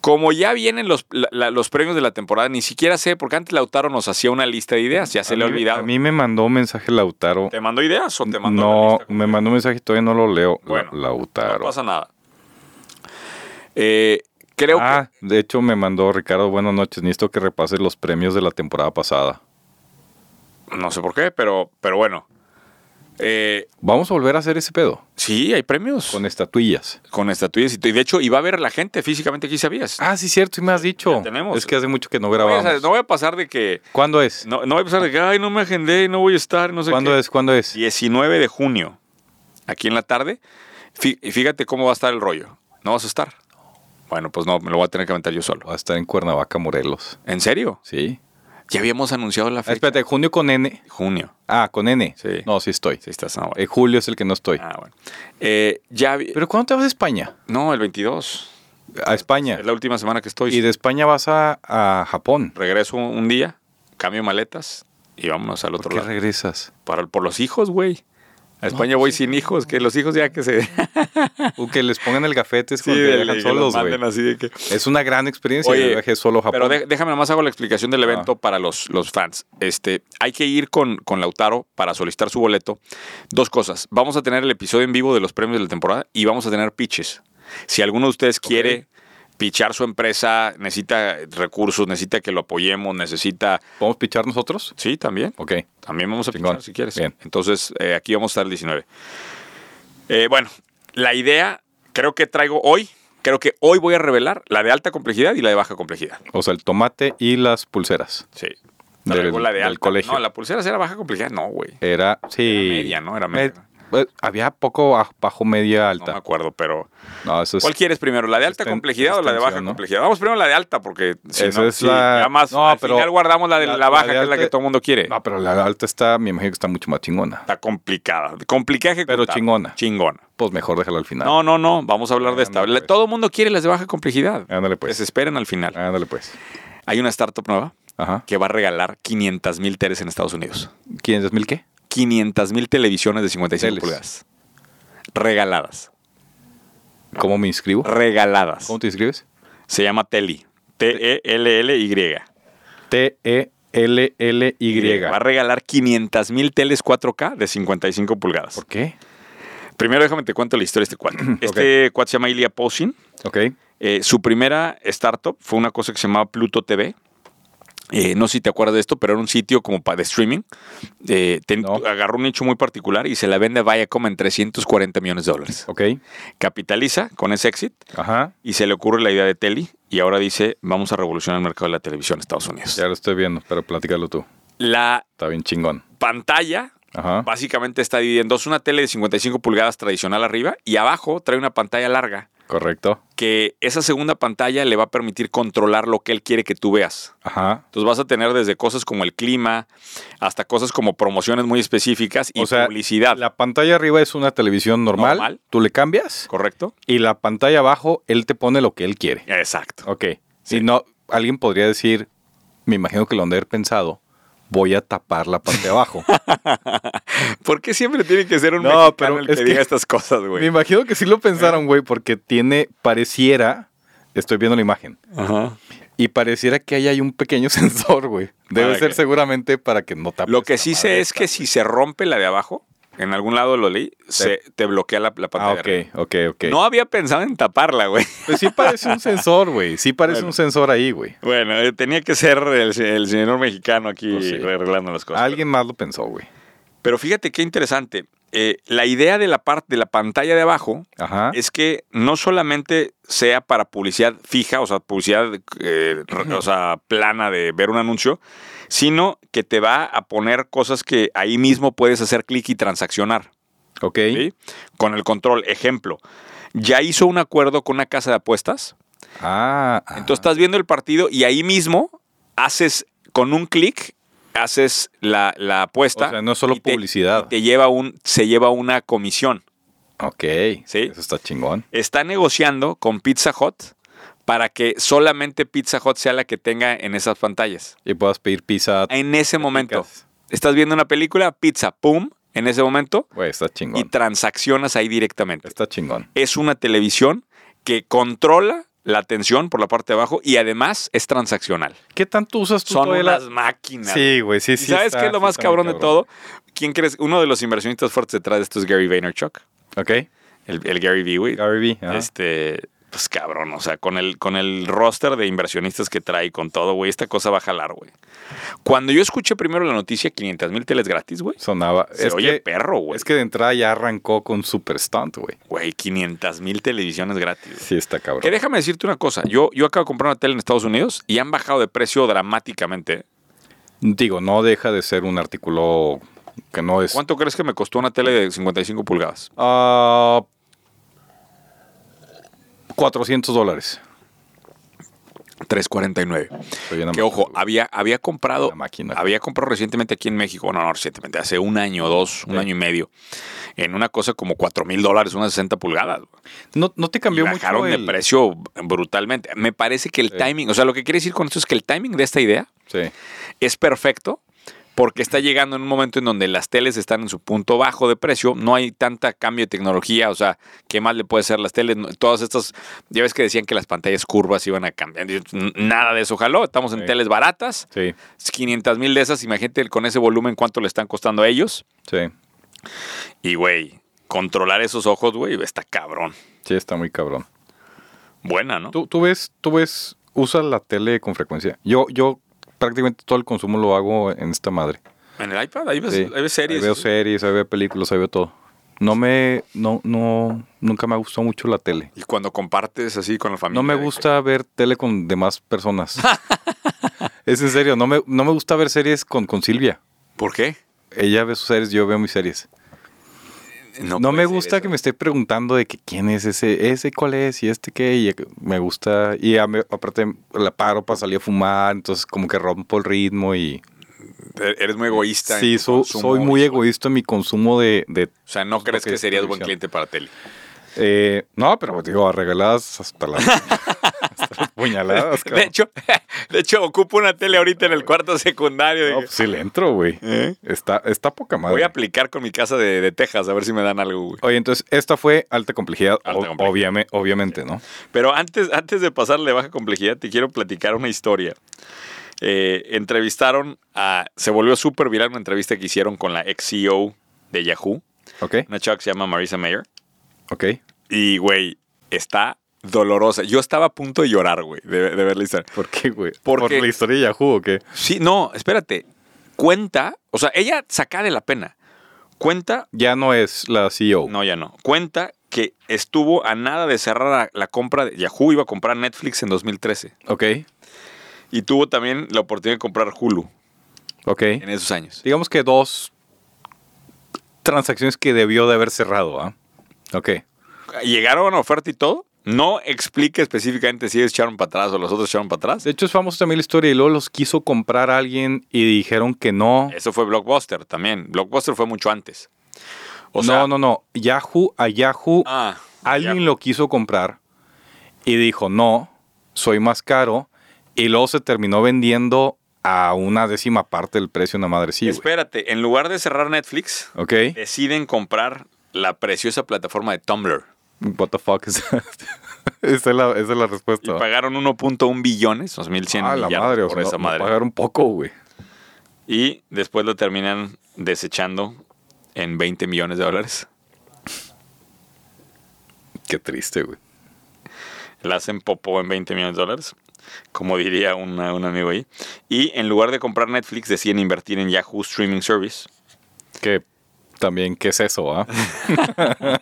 A: Como ya vienen los, la- la- los premios de la temporada, ni siquiera sé, porque antes Lautaro nos hacía una lista de ideas, ya se
B: A
A: le ha
B: mí-
A: olvidado.
B: A mí me mandó un mensaje Lautaro.
A: ¿Te mandó ideas o te mandó la
B: No,
A: lista?
B: me mandó un mensaje y todavía no lo leo.
A: Bueno,
B: La- Lautaro.
A: No pasa nada. Eh, creo
B: ah, de hecho me mandó Ricardo, buenas noches. Necesito que repases los premios de la temporada pasada.
A: que. No sé por qué, pero, pero bueno. Eh,
B: Vamos a volver a hacer ese pedo
A: sí, hay premios.
B: con estatuillas.
A: con estatuillas y, to- y de hecho iba a ver a la gente físicamente aquí, ¿sabías?
B: Ah, sí, cierto, sí me has dicho.
A: Ya tenemos.
B: Es que hace mucho que no
A: no, voy
B: grabamos.
A: a, no voy a pasar de que
B: ¿Cuándo es?
A: no, no voy a pasar de que ay no me agendé, no voy a estar, no sé
B: ¿Cuándo
A: qué.
B: es? ¿Cuándo es?
A: 19 de junio, aquí en la tarde. Fí- Y fíjate cómo va a estar el rollo. No vas a estar. Bueno, pues no, me lo voy a tener que aventar yo solo.
B: Va a estar en Cuernavaca, Morelos.
A: ¿En serio?
B: Sí.
A: Ya habíamos anunciado la
B: Ah,
A: fecha.
B: espérate, junio con N.
A: Junio.
B: Ah, con N.
A: Sí.
B: No, sí estoy.
A: Sí, estás. Ah, bueno.
B: Eh, julio es el que no estoy.
A: Ah, bueno. Eh, ya vi-
B: ¿Pero cuándo te vas a España?
A: No, el 22.
B: A España.
A: Es la última semana que estoy.
B: Y de España vas a, a Japón.
A: Regreso un un día, cambio maletas y vámonos al
B: ¿Por
A: otro
B: qué
A: lado.
B: regresas?
A: Para, por los hijos, güey. A España voy
B: pues
A: sin hijos, que los hijos ya que se.
B: O que les pongan el gafete es cuando te
A: del-
B: dejan
A: que los
B: solos, güey.
A: manden así de que-
B: Es una gran experiencia
A: Oye,
B: el viaje solo a Japón. Ah.
A: Pero dé- déjame nomás hago la explicación del evento para los, los fans. Este, hay que ir con, con Lautaro para solicitar su boleto. Dos cosas. Vamos a tener el episodio en vivo de los premios de la temporada y vamos a tener pitches. Si alguno de ustedes quiere pitchar su empresa, necesita recursos, necesita que lo apoyemos, necesita.
B: ¿Podemos pichar nosotros?
A: Sí, también.
B: Ok.
A: También vamos a
B: Chingón.
A: pinchar si quieres.
B: Bien.
A: Entonces, eh, aquí vamos a estar el 19. Eh, bueno, la idea creo que traigo hoy, creo que hoy voy a revelar la de alta complejidad y la de baja complejidad.
B: O sea, el tomate y las pulseras.
A: Sí.
B: Del-
A: Traigo la de
B: del
A: alta.
B: colegio.
A: No, la pulsera sí era baja complejidad, no, güey.
B: Era, sí.
A: Era media, ¿no? Era media.
B: pues, había poco bajo, bajo, media,
A: No me
B: alta.
A: acuerdo, pero...
B: No, eso es.
A: ¿Cuál quieres primero, la de alta
B: Exten-
A: complejidad o la de baja
B: extensión, ¿no?
A: complejidad? Vamos primero la de alta, porque si
B: Esa
A: no,
B: es
A: sí,
B: la-
A: ya más,
B: No,
A: al
B: pero
A: final guardamos la de la,
B: la- la
A: baja,
B: de
A: que es la
B: alta-
A: que todo el mundo quiere.
B: No, pero la alta está, me imagino que está mucho más chingona.
A: Está complicada, complicada de ejecutar.
B: Pero chingona.
A: Chingona.
B: Pues mejor déjala al final.
A: No, no, no. Vamos a hablar de esta.
B: Ándale, pues.
A: Todo el mundo quiere las de baja complejidad.
B: Ándale, pues.
A: Pues esperen al final.
B: Ándale, pues.
A: Hay una startup nueva
B: Ajá.
A: que va a regalar 500 mil teles en Estados Unidos.
B: ¿Quién es mil qué?
A: 500 mil televisiones de 55
B: Teles.
A: pulgadas. Regaladas.
B: ¿Cómo me inscribo?
A: Regaladas.
B: ¿Cómo te inscribes?
A: Se llama Teli. T-E-L-L-Y.
B: E T-E-L-L-Y.
A: Va a regalar 500 mil teles 4K de 55 pulgadas.
B: ¿Por qué?
A: Primero déjame te cuento la historia de este cuate. Este cuate se llama Ilya Posin.
B: Ok.
A: Eh, su primera startup fue una cosa que se llamaba Pluto TV. Eh, no sé si te acuerdas de esto, pero era un sitio como para de streaming. Eh, ten-
B: No.
A: Agarró un nicho muy particular y se la vende a Viacom en 340 millones de dólares.
B: Ok.
A: Capitaliza con ese exit
B: Ajá.
A: y se le ocurre la idea de Teli y ahora dice, vamos a revolucionar el mercado de la televisión en Estados Unidos.
B: Ya lo estoy viendo, pero platícalo tú.
A: La
B: Está bien chingón.
A: pantalla
B: Ajá.
A: básicamente está dividida en dos. Una tele de 55 pulgadas tradicional arriba y abajo trae una pantalla larga
B: Correcto.
A: que esa segunda pantalla le va a permitir controlar lo que él quiere que tú veas.
B: Ajá.
A: Entonces vas a tener desde cosas como el clima hasta cosas como promociones muy específicas y
B: O sea,
A: publicidad.
B: La pantalla arriba es una televisión normal.
A: Normal.
B: Tú le cambias.
A: ¿Correcto?
B: Y la pantalla abajo, él te pone lo que él quiere.
A: Exacto.
B: Ok.
A: Sí.
B: Si no, alguien podría decir, me imagino que lo han de haber pensado, voy a tapar la parte de abajo.
A: ¿Por qué siempre tiene que ser un
B: No,
A: mexicano
B: pero
A: el que
B: es que-
A: diga estas cosas,
B: me
A: güey?
B: imagino que sí lo pensaron, güey, porque tiene, pareciera, estoy viendo la imagen,
A: Ajá.
B: y pareciera que ahí hay un pequeño sensor, güey. Debe
A: Para
B: ser
A: que-
B: seguramente para que no tape.
A: Ah, Lo que
B: esta
A: sí
B: madre. Ah,
A: sé es que si se rompe la de abajo, en algún lado lo leí, se, te bloquea la, la
B: Ah,
A: pantalla.
B: ok,
A: de
B: ok, ok.
A: arriba. No había pensado en taparla, güey.
B: Pues sí parece un sensor, güey. Sí parece
A: Bueno.
B: un sensor ahí, güey.
A: Bueno, eh, tenía que ser el, el señor mexicano aquí
B: Pues sí.
A: arreglando las cosas.
B: Alguien más lo pensó, güey.
A: Pero fíjate qué interesante. eh, la idea de la parte de la pantalla de abajo
B: Ajá.
A: es que no solamente sea para publicidad fija, o sea, publicidad, eh, o sea, plana de ver un anuncio, sino que te va a poner cosas que ahí mismo puedes hacer clic y transaccionar.
B: Ok.
A: ¿sí? Con el control. Ejemplo, ya hizo un acuerdo con una casa de apuestas.
B: Ah. ah.
A: Entonces estás viendo el partido y ahí mismo haces, con un clic, haces la, la apuesta.
B: O sea, no es solo
A: y te-
B: publicidad.
A: y te lleva un, se lleva una comisión.
B: Ok.
A: Sí.
B: Eso está chingón.
A: Está negociando con Pizza Hut para que solamente Pizza Hut sea la que tenga en esas pantallas.
B: Y puedas pedir pizza.
A: En ese momento.
B: picas.
A: Estás viendo una película, pizza, pum, en ese momento,
B: Güey, está chingón.
A: y transaccionas ahí directamente.
B: Está chingón.
A: es una televisión que controla la atención por la parte de abajo y además es transaccional.
B: ¿Qué tanto usas tú
A: Son
B: todavía la-
A: unas máquinas.
B: Sí, güey, sí,
A: ¿Y
B: sí.
A: ¿Sabes
B: está-
A: qué es lo
B: sí
A: más
B: está muy
A: cabrón de todo? ¿Quién crees? Uno de los inversionistas fuertes detrás de esto es Gary Vaynerchuk,
B: Ok.
A: el, el Gary V. güey.
B: Gary Vee, ajá.
A: Este, pues cabrón, o sea, con el, con el roster de inversionistas que trae con todo, güey, esta cosa va a jalar, güey. Cuando yo escuché primero la noticia, 500 mil teles gratis, güey.
B: Sonaba.
A: Se
B: es
A: oye
B: que,
A: perro, güey.
B: Es que de entrada ya arrancó con Super Stunt, güey.
A: Güey, 500 mil televisiones gratis. güey.
B: Sí, está cabrón.
A: Que déjame decirte una cosa. Yo, yo acabo de comprar una tele en Estados Unidos y han bajado de precio dramáticamente.
B: Digo, no deja de ser un artículo que no es.
A: ¿Cuánto crees que me costó una tele de 55 pulgadas?
B: Ah, 400 dólares.
A: 3.49.
B: Soy una
A: Que
B: máquina,
A: ojo,
B: güey.
A: había, había comprado
B: Una máquina.
A: había comprado recientemente aquí en México, no, no recientemente, hace un año, dos, un
B: Sí.
A: año y medio, en una cosa como 4 mil dólares, unas 60 pulgadas. güey.
B: No, no te
A: Y
B: cambió mucho.
A: bajaron de
B: el-
A: precio brutalmente. Me parece que el
B: Sí.
A: timing, o sea, lo que quiere decir con esto es que el timing de esta idea
B: Sí.
A: es perfecto porque está llegando en un momento en donde las teles están en su punto bajo de precio, no hay tanta cambio de tecnología, o sea, ¿qué más le puede hacer las teles? No, Todas estas, ya ves que decían que las pantallas curvas iban a cambiar, N- nada de eso, jaló, estamos en
B: Sí.
A: teles baratas,
B: Sí,
A: 500 mil de esas, imagínate con ese volumen cuánto le están costando a ellos,
B: sí.
A: y güey, controlar esos ojos, güey, está cabrón,
B: Sí, está muy cabrón.
A: buena, ¿no?
B: ¿Tú, tú ves, tú ves, usas la tele con frecuencia. Yo, yo prácticamente todo el consumo lo hago en esta madre.
A: En el iPad, ahí ves,
B: Sí.
A: Pues, ahí ves series.
B: Ahí veo series, ahí veo películas, ahí veo todo. No me, no, no, nunca me ha gustado mucho la tele.
A: y cuando compartes así con la familia.
B: No me
A: de que-
B: gusta ver tele con demás personas. es en serio, no me, no me gusta ver series con, con Silvia.
A: ¿Por qué?
B: Ella ve sus series, yo veo mis series. No, me
A: puede ser
B: gusta
A: eso.
B: que me esté preguntando de que quién es ese, ese cuál es y este qué. Y me gusta, y a- me- aparte la paro para salir a fumar, entonces como que rompo el ritmo y...
A: E- Eres muy egoísta. en
B: Eh,
A: tu
B: Sí, so-
A: consumo,
B: soy muy
A: hijo.
B: egoísta en mi consumo de... de-
A: O sea, no crees
B: Porque
A: que
B: es
A: serías buen
B: televisión.
A: cliente para tele.
B: eh, no, pero digo, arregladas hasta las, hasta las puñaladas.
A: De
B: cabrón.
A: hecho, de hecho, ocupo una tele ahorita en el cuarto secundario.
B: No,
A: Dije,
B: pues sí le entro, güey.
A: ¿Eh?
B: Está, está poca madre.
A: Voy a aplicar con mi casa de, de Texas a ver si me dan algo, güey.
B: Oye, entonces esta fue alta complejidad,
A: Alta
B: ob-
A: complejidad.
B: obviame- obviamente, ¿no?
A: Pero antes, antes de pasarle de baja complejidad, te quiero platicar una historia. Eh, entrevistaron a. Se volvió súper viral una entrevista que hicieron con la ex CEO de Yahoo.
B: Ok,
A: Una chava que se llama Marisa Mayer.
B: ok.
A: Y, güey, está dolorosa. Yo estaba a punto de llorar, güey, de, de ver la historia.
B: ¿Por qué, güey? ¿Por
A: Porque-
B: la historia de Yahoo o qué?
A: Sí, no, espérate. Cuenta, o sea, ella saca de la pena. Cuenta,
B: Ya no es la E CEO.
A: no, ya no. Cuenta que estuvo a nada de cerrar la, la compra de Yahoo, iba a comprar Netflix en 2013.
B: Ok,
A: Y tuvo también la oportunidad de comprar Hulu
B: ok.
A: en esos años.
B: Digamos que dos transacciones que debió de haber cerrado, ¿ah? Ok.
A: Llegaron a oferta y todo. No explica específicamente si ellos echaron para atrás o los otros echaron para atrás.
B: De hecho, es famosa también la historia y luego los quiso comprar a alguien y dijeron que no.
A: Eso fue Blockbuster también. Blockbuster fue mucho antes. O sea,
B: no, no, no. Yahoo, a Yahoo
A: Ah,
B: Alguien
A: ya.
B: lo quiso comprar y dijo, no, soy más caro. Y luego se terminó vendiendo a una décima parte del precio de una madre sí, güey.
A: Espérate, en lugar de cerrar Netflix,
B: ¿Ok?
A: deciden comprar la preciosa plataforma de Tumblr.
B: What the fuck is that? esa, es la, esa es la
A: Y
B: respuesta.
A: pagaron 1.1 billones, 2.100
B: ah, la
A: millardos
B: madre, o
A: por
B: sea,
A: esa
B: no- no
A: madre.
B: pagaron poco, güey.
A: Y después lo terminan desechando en 20 millones de dólares.
B: Qué triste, güey.
A: La hacen popó en 20 millones de dólares, como diría una- un amigo ahí. Y en lugar de comprar Netflix, deciden invertir en Yahoo Streaming Service.
B: Que también, ¿qué es eso, ah?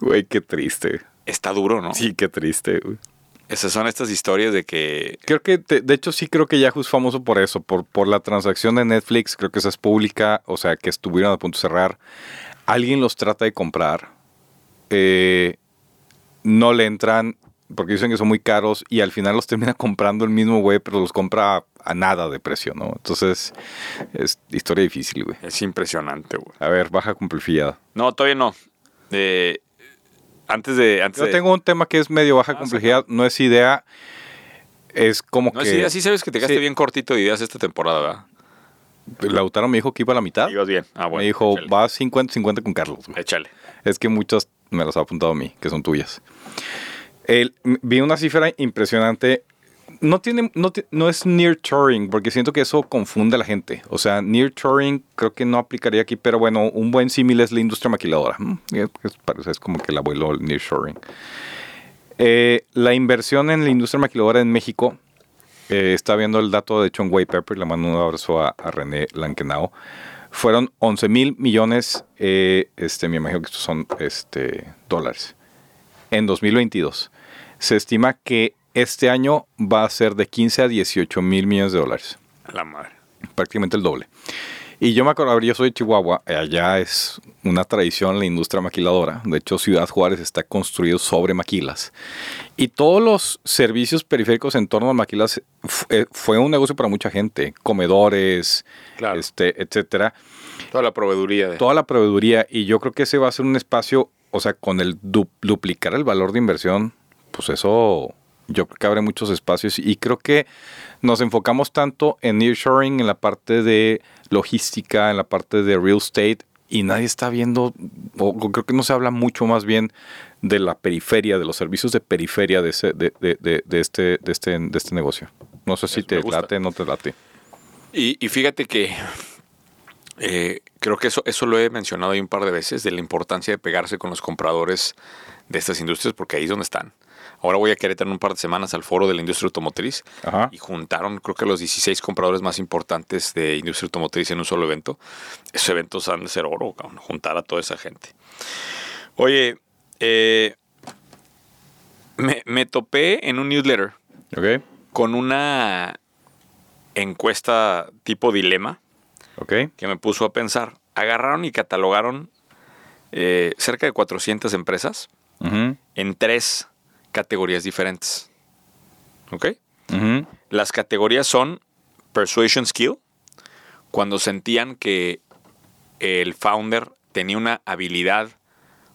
B: Güey, qué triste.
A: Está duro, ¿no?
B: Sí, qué triste, güey.
A: Esas son estas historias de que
B: Creo que, te- de hecho, sí creo que Yahoo es famoso por eso, por, por la transacción de Netflix, creo que esa es pública, o sea, que estuvieron a punto de cerrar. Alguien los trata de comprar, eh, no le entran porque dicen que son muy caros y al final los termina comprando el mismo güey, pero los compra a, a nada de precio, ¿no? Entonces, es historia difícil, güey.
A: es impresionante, güey.
B: A ver, baja complejidad.
A: No, todavía no. Eh, antes de... Antes
B: Yo
A: de-
B: tengo un tema que es medio
A: Ah,
B: baja complejidad, no es idea, es como
A: No,
B: que...
A: sí, así sabes que te quedaste
B: Sí.
A: bien cortito de ideas esta temporada, ¿verdad?
B: Lautaro me dijo que iba a la mitad.
A: Ibas bien. Ah, bueno.
B: me dijo,
A: échale.
B: va 50-50 con Carlos. güey".
A: Échale.
B: Es que muchas me las ha apuntado a mí, que son tuyas. El- m- vi una cifra impresionante. No, tiene, no, ti- no es near Turing, porque siento que eso confunde a la gente. O sea, near Turing creo que no aplicaría aquí, pero bueno, un buen símil es la industria maquiladora. Mm, Es, es parece- es como que el abuelo del near Turing. Eh, la inversión en la industria maquiladora en México eh, está viendo el dato de John Way Pepper, le mando un abrazo a, a René Lankenau. Fueron 11 mil millones, eh, este, me imagino que estos son este, dólares, en 2022. Se estima que este año va a ser de 15 a 18 mil millones de dólares,
A: A La madre.
B: prácticamente el doble. Y yo me acuerdo, a ver, yo soy de Chihuahua, eh, allá es una tradición la industria maquiladora. De hecho, Ciudad Juárez está construido sobre maquilas. Y todos los servicios periféricos en torno a maquilas fu- eh, fue un negocio para mucha gente. Comedores,
A: Claro.
B: este, etcétera.
A: Toda la proveeduría de...
B: Toda la proveeduría. Y yo creo que ese va a ser un espacio, o sea, con el du- duplicar el valor de inversión, pues eso yo creo que abre muchos espacios. Y creo que nos enfocamos tanto en nearshoring, en la parte de logística, en la parte de real estate. Y nadie está viendo, o o creo que no se habla mucho más bien de la periferia, de los servicios de periferia de, ese- de, de- de- de este, de, este, de este negocio. No sé
A: Eso
B: si
A: me
B: te
A: gusta.
B: late, no te late.
A: Y, y fíjate que eh, creo que eso, eso lo he mencionado ahí un par de veces, de la importancia de pegarse con los compradores de estas industrias, porque ahí es donde están. Ahora voy a Querétaro en un par de semanas al foro de la industria automotriz
B: Ajá.
A: y juntaron creo que los 16 compradores más importantes de industria automotriz en un solo evento. Esos eventos han de ser oro, cabrón, juntar a toda esa gente. Oye, eh, me, me topé en un newsletter
B: ¿Ok?
A: con una encuesta tipo dilema
B: ¿Ok?
A: que me puso a pensar. Agarraron y catalogaron eh, cerca de 400 empresas
B: Ujú,
A: en tres categorías diferentes. ¿Ok?
B: ujú.
A: Las categorías son Persuasion Skill, cuando sentían que el founder tenía una habilidad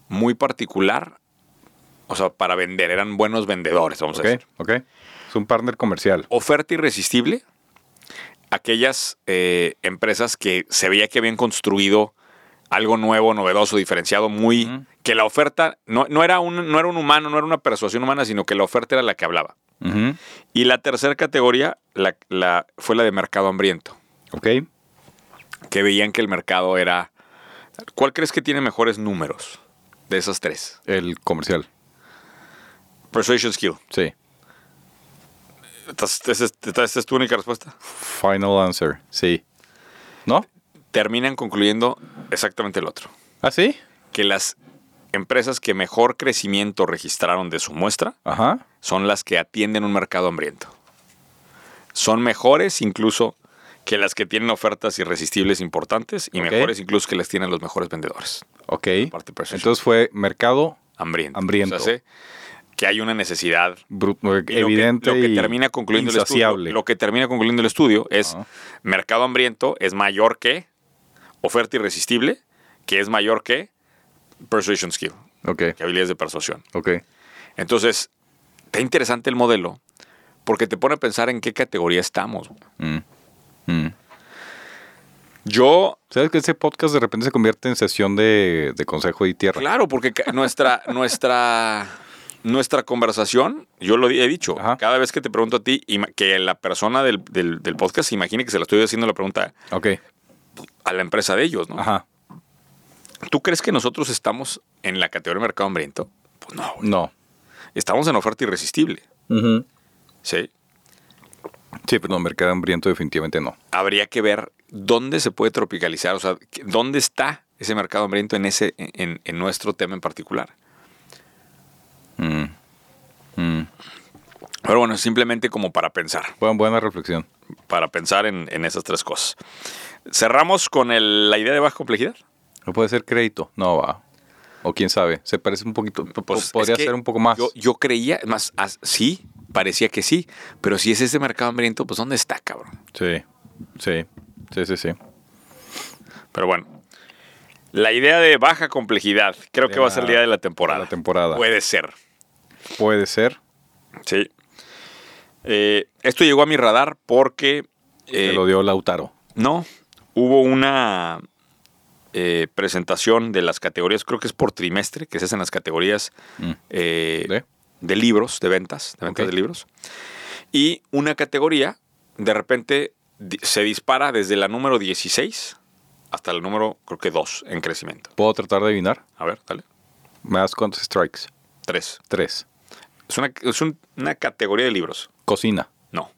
A: muy particular, o sea, para vender, eran buenos vendedores, vamos
B: Ok,
A: a decir.
B: ok. Es un partner comercial.
A: Oferta irresistible, aquellas eh, empresas que se veía que habían construido algo nuevo, novedoso, diferenciado, muy...
B: Ujú.
A: Que la oferta no, no era un, no era un humano, no era una persuasión humana, sino que la oferta era la que hablaba.
B: Ujú,
A: Y la tercera categoría la, la- fue la de mercado hambriento,
B: Ok.
A: que veían que el mercado era... ¿Cuál crees que tiene mejores números de esas tres?
B: El comercial.
A: Persuasion Skill.
B: Sí.
A: ¿Estás- esa es- ¿Esta esta es tu única respuesta?
B: Final answer. Sí. ¿No?
A: Terminan concluyendo exactamente el otro.
B: ¿Ah, sí?
A: que las empresas que mejor crecimiento registraron de su muestra
B: Ajá.
A: son las que atienden un mercado hambriento. Son mejores incluso que las que tienen ofertas irresistibles importantes y
B: Ok.
A: mejores incluso que las tienen los mejores vendedores.
B: Ok.
A: Parte perception.
B: Entonces fue mercado
A: Hambriento.
B: Hambriento.
A: O sea, sé que hay una necesidad
B: bru-
A: y lo que-
B: evidente
A: Lo que,
B: y
A: termina concluyendo el estudio,
B: insaciable.
A: lo que termina concluyendo el estudio es
B: Ajá.
A: mercado hambriento es mayor que oferta irresistible, que es mayor que persuasion skill, que
B: Ok,
A: habilidades de persuasión.
B: ok.
A: Entonces, está interesante el modelo porque te pone a pensar en qué categoría estamos. güey.
B: Mm, mm.
A: Yo,
B: ¿Sabes que ese podcast de repente se convierte en sesión de, de consejo y tierra?
A: claro, porque ca- nuestra, nuestra, nuestra conversación, yo lo di- he dicho,
B: Ajá.
A: cada vez que te pregunto a ti, ima- que la persona del, del- del podcast se imagine que se la estoy haciendo la pregunta,
B: Ok.
A: a la empresa de ellos, ¿no?
B: Ajá.
A: ¿Tú crees que nosotros estamos en la categoría de mercado hambriento? Pues no, güey.
B: No.
A: Estamos en oferta irresistible. Sí.
B: Sí, pero no, mercado hambriento definitivamente no.
A: Habría que ver dónde se puede tropicalizar, o sea, que- dónde está ese mercado hambriento en, ese, en, en nuestro tema en particular.
B: Mm. Mm.
A: Pero bueno, simplemente como para pensar,
B: Buen- buena reflexión.
A: para pensar en, en esas tres cosas. Cerramos con el- la idea de baja complejidad.
B: No puede ser crédito. No va. O quién sabe. Se parece un poquito. po-
A: Pues,
B: podría
A: es que
B: ser un poco más.
A: Yo, yo creía, más, as- sí, parecía que sí, pero si es ese mercado hambriento, pues ¿dónde está, cabrón?
B: Sí. Sí. Sí, sí, sí.
A: Pero bueno, la idea de baja complejidad creo
B: De
A: que va a ser
B: la-
A: el día de la temporada.
B: de la temporada.
A: Puede ser,
B: Puede ser.
A: sí. Eh, esto llegó a mi radar porque...
B: Se
A: eh,
B: lo dio Lautaro.
A: No, hubo una eh, presentación de las categorías, creo que es por trimestre, que se hacen las categorías
B: Mm.
A: eh,
B: ¿De?
A: ¿De? libros, de ventas, de ventas
B: Ok.
A: de libros. Y una categoría, de repente, di- se dispara desde la número 16 hasta la número, creo que 2 en crecimiento.
B: ¿Puedo tratar de adivinar?
A: A ver, dale.
B: ¿Me das cuántos strikes?
A: 3.
B: Tres.
A: Es, una, es un- una categoría de libros.
B: Cocina.
A: No,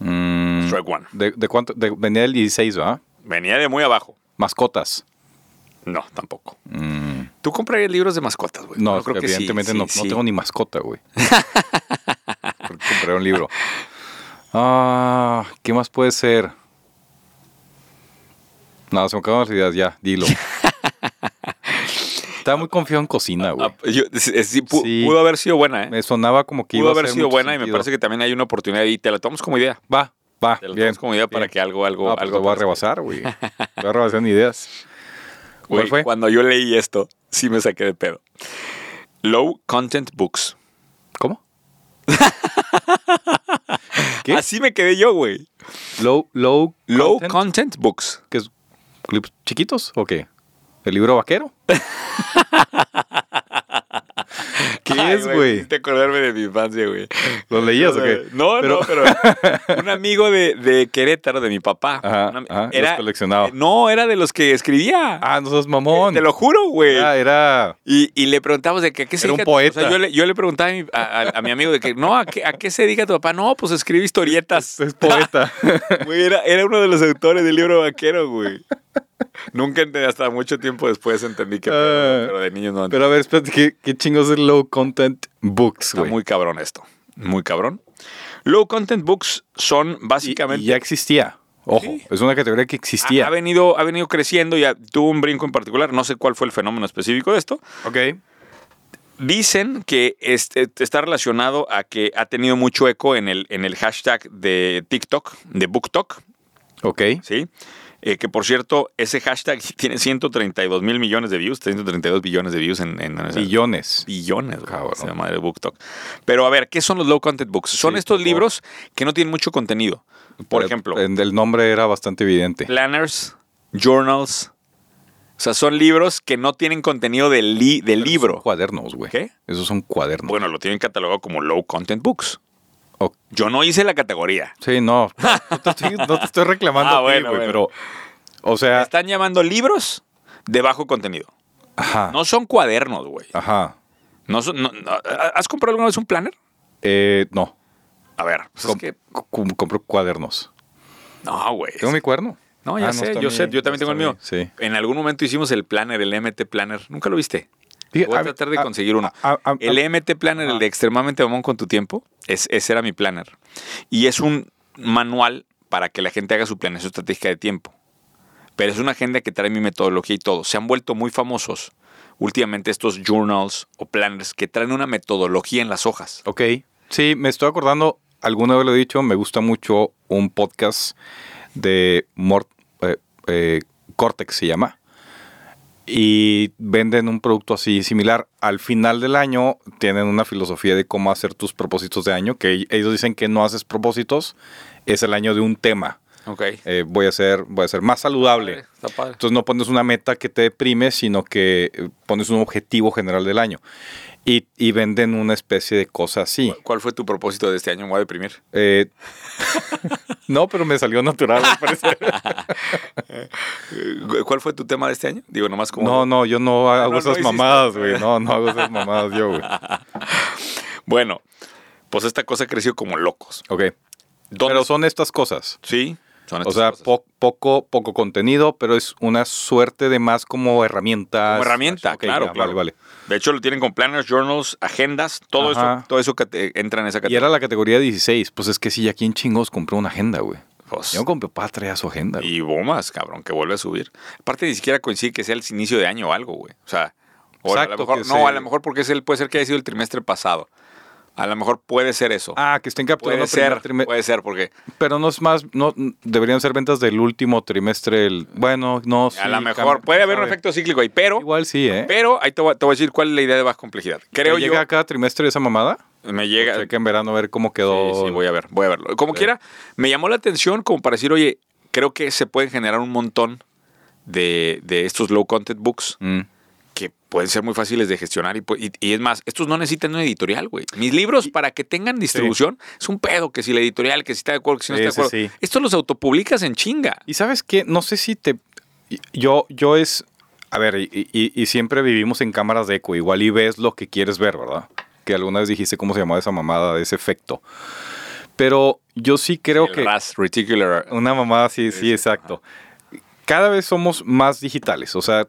B: Mm.
A: strike one.
B: ¿De, de cuánto? de- venía del 16, ¿verdad?
A: Venía de muy abajo.
B: Mascotas.
A: No, tampoco.
B: Mm.
A: ¿Tú comprarías libros de mascotas, güey?
B: No,
A: Yo creo que sí,
B: evidentemente
A: sí,
B: no, no
A: sí.
B: tengo ni mascota, güey. Porque Compré un libro. Ah, ¿qué más puede ser? No, se me acaban las ideas, ya, dilo. Estaba muy confiado en cocina, güey.
A: Ah, yo- es- es- sí, pu-
B: Sí.
A: Pudo haber sido buena, ¿eh?
B: Me sonaba como que
A: Pudo
B: iba a
A: haber
B: hacer
A: sido
B: mucho
A: buena y me
B: sentido.
A: parece que también hay una oportunidad y te la tomamos como idea.
B: Va, va,
A: Te la
B: bien.
A: tomamos como idea para
B: bien.
A: que algo, algo,
B: Ah, pues
A: algo.
B: lo voy a rebasar, güey. Voy a rebasar en ideas. ¿Cuál
A: Güey,
B: fue?
A: Cuando yo leí esto, sí me saqué de pedo. Low Content Books.
B: ¿Cómo? ¿Qué?
A: Así me quedé yo, güey.
B: Low, low,
A: Low
B: content,
A: content? Books.
B: que es clips chiquitos o qué? ¿El libro vaquero? ¿Qué
A: Ay,
B: es, güey?
A: hiciste acordarme de mi infancia, güey.
B: ¿Los leías o qué?
A: Eh, No,
B: Pero-
A: no, pero un amigo de, de Querétaro, de mi papá.
B: Ajá,
A: un ami-
B: ajá, los coleccionaba.
A: No, era de los que escribía.
B: Ah, no seas mamón.
A: Te lo juro, güey.
B: Ah, era.
A: Y, y le preguntamos de que, a qué se
B: Era un
A: dedica- o sea,
B: poeta.
A: yo, le, yo le preguntaba a mi, a- a- a mi amigo de que, no, ¿a qué, ¿a qué se dedica tu papá? No, pues escribe historietas.
B: Es poeta.
A: Güey, era, era uno de los autores del libro vaquero, güey. Nunca entendí, hasta mucho tiempo después entendí que,
B: Ah.
A: pero de niño no entendí.
B: Pero a ver, espérate, ¿qué, qué chingos es low content books,
A: Está
B: güey?
A: muy cabrón esto, muy cabrón. Low Content Books son
B: Y-
A: básicamente...
B: y ya existía. Ojo,
A: Sí. Ah,
B: es una categoría que
A: ha,
B: existía.
A: ha venido, ha venido creciendo, ya tuvo un brinco en particular, no sé cuál fue el fenómeno específico de esto,
B: ok.
A: Dicen que este- está relacionado a que ha tenido mucho eco en el, en el hashtag de TikTok, de BookTok,
B: Ok.
A: ¿sí? Eh, que por cierto, ese hashtag tiene 132 mil millones de views, 132 billones de views en... en en-
B: Billones.
A: Billones, güey,
B: Cabrón.
A: esa madre de BookTok. Pero a ver, ¿qué son los low content books? Son
B: Sí,
A: estos
B: por favor. eh,
A: libros que no tienen mucho contenido. Por ejemplo,
B: En- El nombre era bastante evidente.
A: planners, journals. O sea, son libros que no tienen contenido de, li- de
B: Pero
A: libro.
B: son cuadernos, güey.
A: ¿Qué?
B: Esos son cuadernos.
A: Bueno, lo tienen catalogado como low content books.
B: Ok.
A: Yo no hice la categoría.
B: Sí, no. No te estoy, no te estoy reclamando
A: Ah,
B: a ti,
A: bueno,
B: güey,
A: bueno.
B: pero. O sea.
A: Están llamando libros de bajo contenido.
B: Ajá.
A: No son cuadernos, güey.
B: Ajá.
A: No son- no- no- ¿Has comprado alguna vez un planner?
B: Eh, no.
A: A ver, pues es
B: Com-
A: que-
B: cu- compro cuadernos.
A: No, güey.
B: ¿Tengo mi cuaderno?
A: No, ya
B: Ah,
A: sé,
B: está
A: yo
B: mi-
A: sé. Yo
B: no
A: también tengo el mío.
B: está mi- Sí.
A: En algún momento hicimos el planner, el MT Planner. ¿Nunca lo viste? Voy a, tratar de conseguir uno.
B: a- a- a-
A: el MT Planner, el de extremadamente mamón con tu tiempo, es, ese era mi planner. Y es un manual para que la gente haga su planeación estratégica de tiempo. Pero es una agenda que trae mi metodología y todo. Se han vuelto muy famosos últimamente estos journals o planners que traen una metodología en las hojas.
B: Ok. Sí, me estoy acordando, alguna vez lo he dicho, me gusta mucho un podcast de Mort, eh, eh, Cortex se llama. Y venden un producto así similar. Al final del año tienen una filosofía de cómo hacer tus propósitos de año, que ellos dicen que no haces propósitos, es el año de un tema.
A: Ok.
B: eh, voy, a ser, voy a ser más saludable.
A: Está padre.
B: Entonces no pones una meta que te deprime, sino que eh, pones un objetivo general del año. Y, y venden una especie de cosa así.
A: ¿Cuál fue tu propósito de este año? Me voy a deprimir.
B: Eh, no, pero me salió natural, al parecer.
A: Eh, ¿Cuál fue tu tema de este año? Digo, nomás como...
B: No, no, yo no hago
A: Ah, no
B: esas
A: hiciste.
B: mamadas, güey. No, no hago esas mamadas yo, güey.
A: Bueno, pues esta cosa creció como locos.
B: Ok.
A: ¿Dónde-
B: Pero son estas cosas.
A: Sí, son
B: O
A: estas
B: sea,
A: cosas.
B: po- poco, poco contenido, pero es una suerte de más como herramientas.
A: Como herramienta,
B: Ok,
A: claro,
B: ya,
A: claro.
B: Vale, vale.
A: De hecho, lo tienen con planners, journals, agendas, todo
B: Ajá.
A: eso, todo eso que te- entra en esa
B: Y
A: categoría.
B: era la categoría 16. Pues es que sí, ya quién chingos compró una agenda, güey.
A: Pues,
B: Yo compré para traer su agenda. güey.
A: y bombas, cabrón, que vuelve a subir. Aparte, ni siquiera coincide que sea el inicio de año o algo, güey. O sea, o a
B: Exacto,
A: lo mejor,
B: que
A: no,
B: se-
A: a lo mejor porque es el, puede ser que haya sido el trimestre pasado. A lo mejor puede ser eso.
B: Ah, que estén capturando
A: puede ser,
B: primer trimestre.
A: puede ser, porque
B: Pero no es más, no deberían ser ventas del último trimestre. el- bueno, no.
A: a
B: sí,
A: lo mejor
B: cambia,
A: puede haber un
B: sabe.
A: efecto cíclico ahí, pero,
B: Igual sí, ¿eh?
A: pero ahí te voy, a- te voy a decir cuál es la idea de más complejidad. Creo
B: ¿Te ¿Llega
A: yo,
B: a cada trimestre esa mamada?
A: me llega,
B: Checa en verano a ver cómo quedó.
A: Sí, sí, voy a ver, voy a verlo. Como
B: Sí.
A: quiera, me llamó la atención como para decir, oye, creo que se pueden generar un montón de, de estos low content books
B: Mm.
A: que pueden ser muy fáciles de gestionar. Y, pu- y- y es más, estos no necesitan una editorial, güey. Mis libros, para que tengan distribución, es un pedo que si la editorial, que si está de acuerdo, que si no
B: Sí,
A: está de
B: sí,
A: acuerdo.
B: sí.
A: Estos los autopublicas en chinga.
B: Y sabes qué, no sé si te... Yo, yo es... A ver, y, y- y siempre vivimos en cámaras de eco, igual y ves lo que quieres ver, ¿verdad? Que alguna vez dijiste cómo se llamaba esa mamada, de ese efecto. Pero yo sí creo
A: El
B: que...
A: Ras Reticular.
B: Una mamada, sí, sí, exacto. Cada vez somos más digitales, o sea,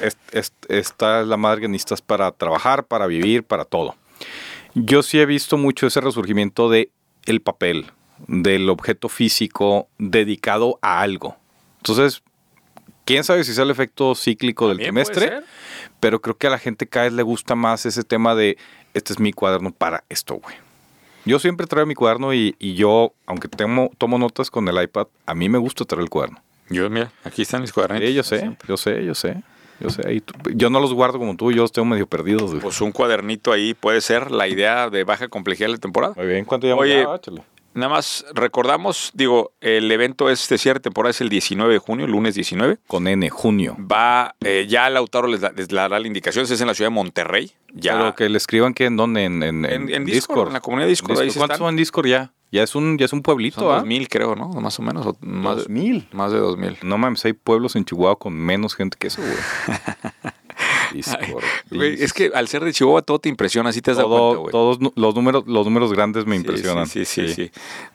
B: es- es- está la madre que necesitas para trabajar, para vivir, para todo. Yo sí he visto mucho ese resurgimiento de el papel, del objeto físico dedicado a algo. Entonces, quién sabe si sea el efecto cíclico del
A: También puede
B: trimestre,
A: ser.
B: pero creo que a la gente cada vez le gusta más ese tema de este es mi cuaderno para esto, güey. Yo siempre traigo mi cuaderno y, y yo, aunque tomo, tomo notas con el iPad, a mí me gusta traer el cuaderno.
A: Yo, mira, aquí están mis cuadernitos.
B: Sí, yo sé, yo sé, yo sé, yo sé. Y tú- yo no los guardo como tú, yo los tengo medio perdidos. güey.
A: Pues un cuadernito ahí puede ser la idea de baja complejidad de la temporada.
B: Muy bien, ¿cuánto llevamos?
A: Oye,
B: Ya, échale.
A: Nada más recordamos, digo, el evento es de cierre de temporada, es el 19 de junio, lunes 19.
B: Con N, junio.
A: Va, eh, ya Lautaro les, da- les dará la indicación, es en la ciudad de Monterrey. Ya.
B: Pero que le escriban que en dónde, en, en,
A: En- en Discord, en la comunidad de Discord, ahí sí
B: ¿Cuántos
A: están.
B: son en Discord ya? Ya es un, ya es un pueblito,
A: Son
B: ¿ah?
A: 2000, creo, ¿no? Más o menos. o más, de-
B: 2000.
A: más de 2000.
B: No mames, hay pueblos en Chihuahua con menos gente que eso, güey. Discord.
A: Güey, es que al ser de Chihuahua todo te impresiona, así te has dado
B: Todo-
A: cuenta, güey.
B: todos nu- los números, los números grandes me
A: Sí,
B: impresionan.
A: Sí, sí, sí, sí.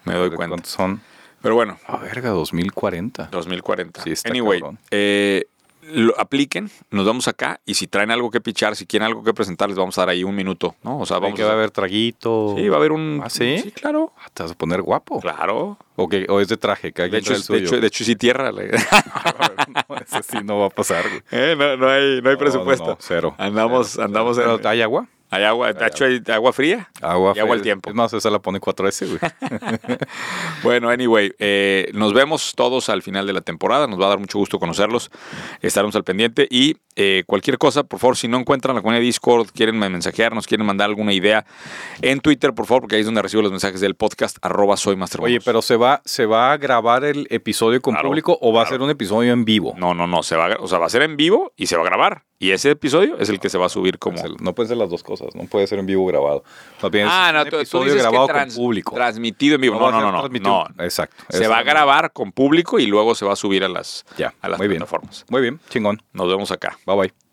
A: Me doy
B: ¿De
A: cuenta.
B: ¿Cuántos son?
A: Pero bueno,
B: A verga, 2040.
A: 2040.
B: Sí, está
A: anyway,
B: cabrón.
A: eh, lo apliquen, nos vamos acá y si traen algo que pichar, si quieren algo que presentar, les vamos a dar ahí un minuto, ¿no? O sea,
B: Vamos
A: vamos
B: que va a haber traguito.
A: Sí, va a haber un...
B: ¿Ah, sí?
A: claro.
B: Ah, te vas a poner guapo.
A: Claro.
B: O, que- o es de traje, cada
A: De
B: quien
A: hecho,
B: trae el
A: es- de,
B: suyo.
A: hecho, de hecho, sí tierra. le-
B: No, eso sí no va a pasar, güey.
A: Eh, no, no hay, no hay presupuesto. Ah,
B: no, cero.
A: Andamos, andamos en-
B: Pero, ¿Hay agua?
A: Hay agua, de hecho, hay agua fría.
B: Agua.
A: Y agua
B: fría.
A: al tiempo.
B: Es más, esa la pone cuatro veces, güey.
A: Bueno, anyway, eh, nos vemos todos al final de la temporada. Nos va a dar mucho gusto conocerlos. Estaremos al pendiente. Y eh, cualquier cosa, por favor, si no encuentran la comunidad de Discord, quieren mensajearnos, quieren mandar alguna idea en Twitter, por favor, porque ahí es donde recibo los mensajes del podcast, arroba soy Master
B: Oye,
A: Bonus.
B: pero ¿se va, ¿se va a grabar el episodio con
A: Claro,
B: público o va a
A: claro.
B: ser un episodio en vivo?
A: No, no, no. Se va a, gra- o sea, va a ser en vivo y se va a grabar. Y ese episodio es el que se va a subir como...
B: Es el- No pueden ser las dos cosas, no puede ser en vivo grabado. Más bien es un
A: Ah, tú- tú
B: episodio
A: dices que
B: grabado
A: trans-
B: con público.
A: Transmitido en vivo. No,
B: va a
A: no,
B: ser
A: no, no.
B: transmitido-
A: no.
B: Exacto.
A: Se
B: es-
A: va a grabar con público y luego se va a subir a las,
B: Ya,
A: a las
B: muy bien.
A: plataformas.
B: Muy bien, chingón.
A: Nos vemos acá.
B: Bye bye.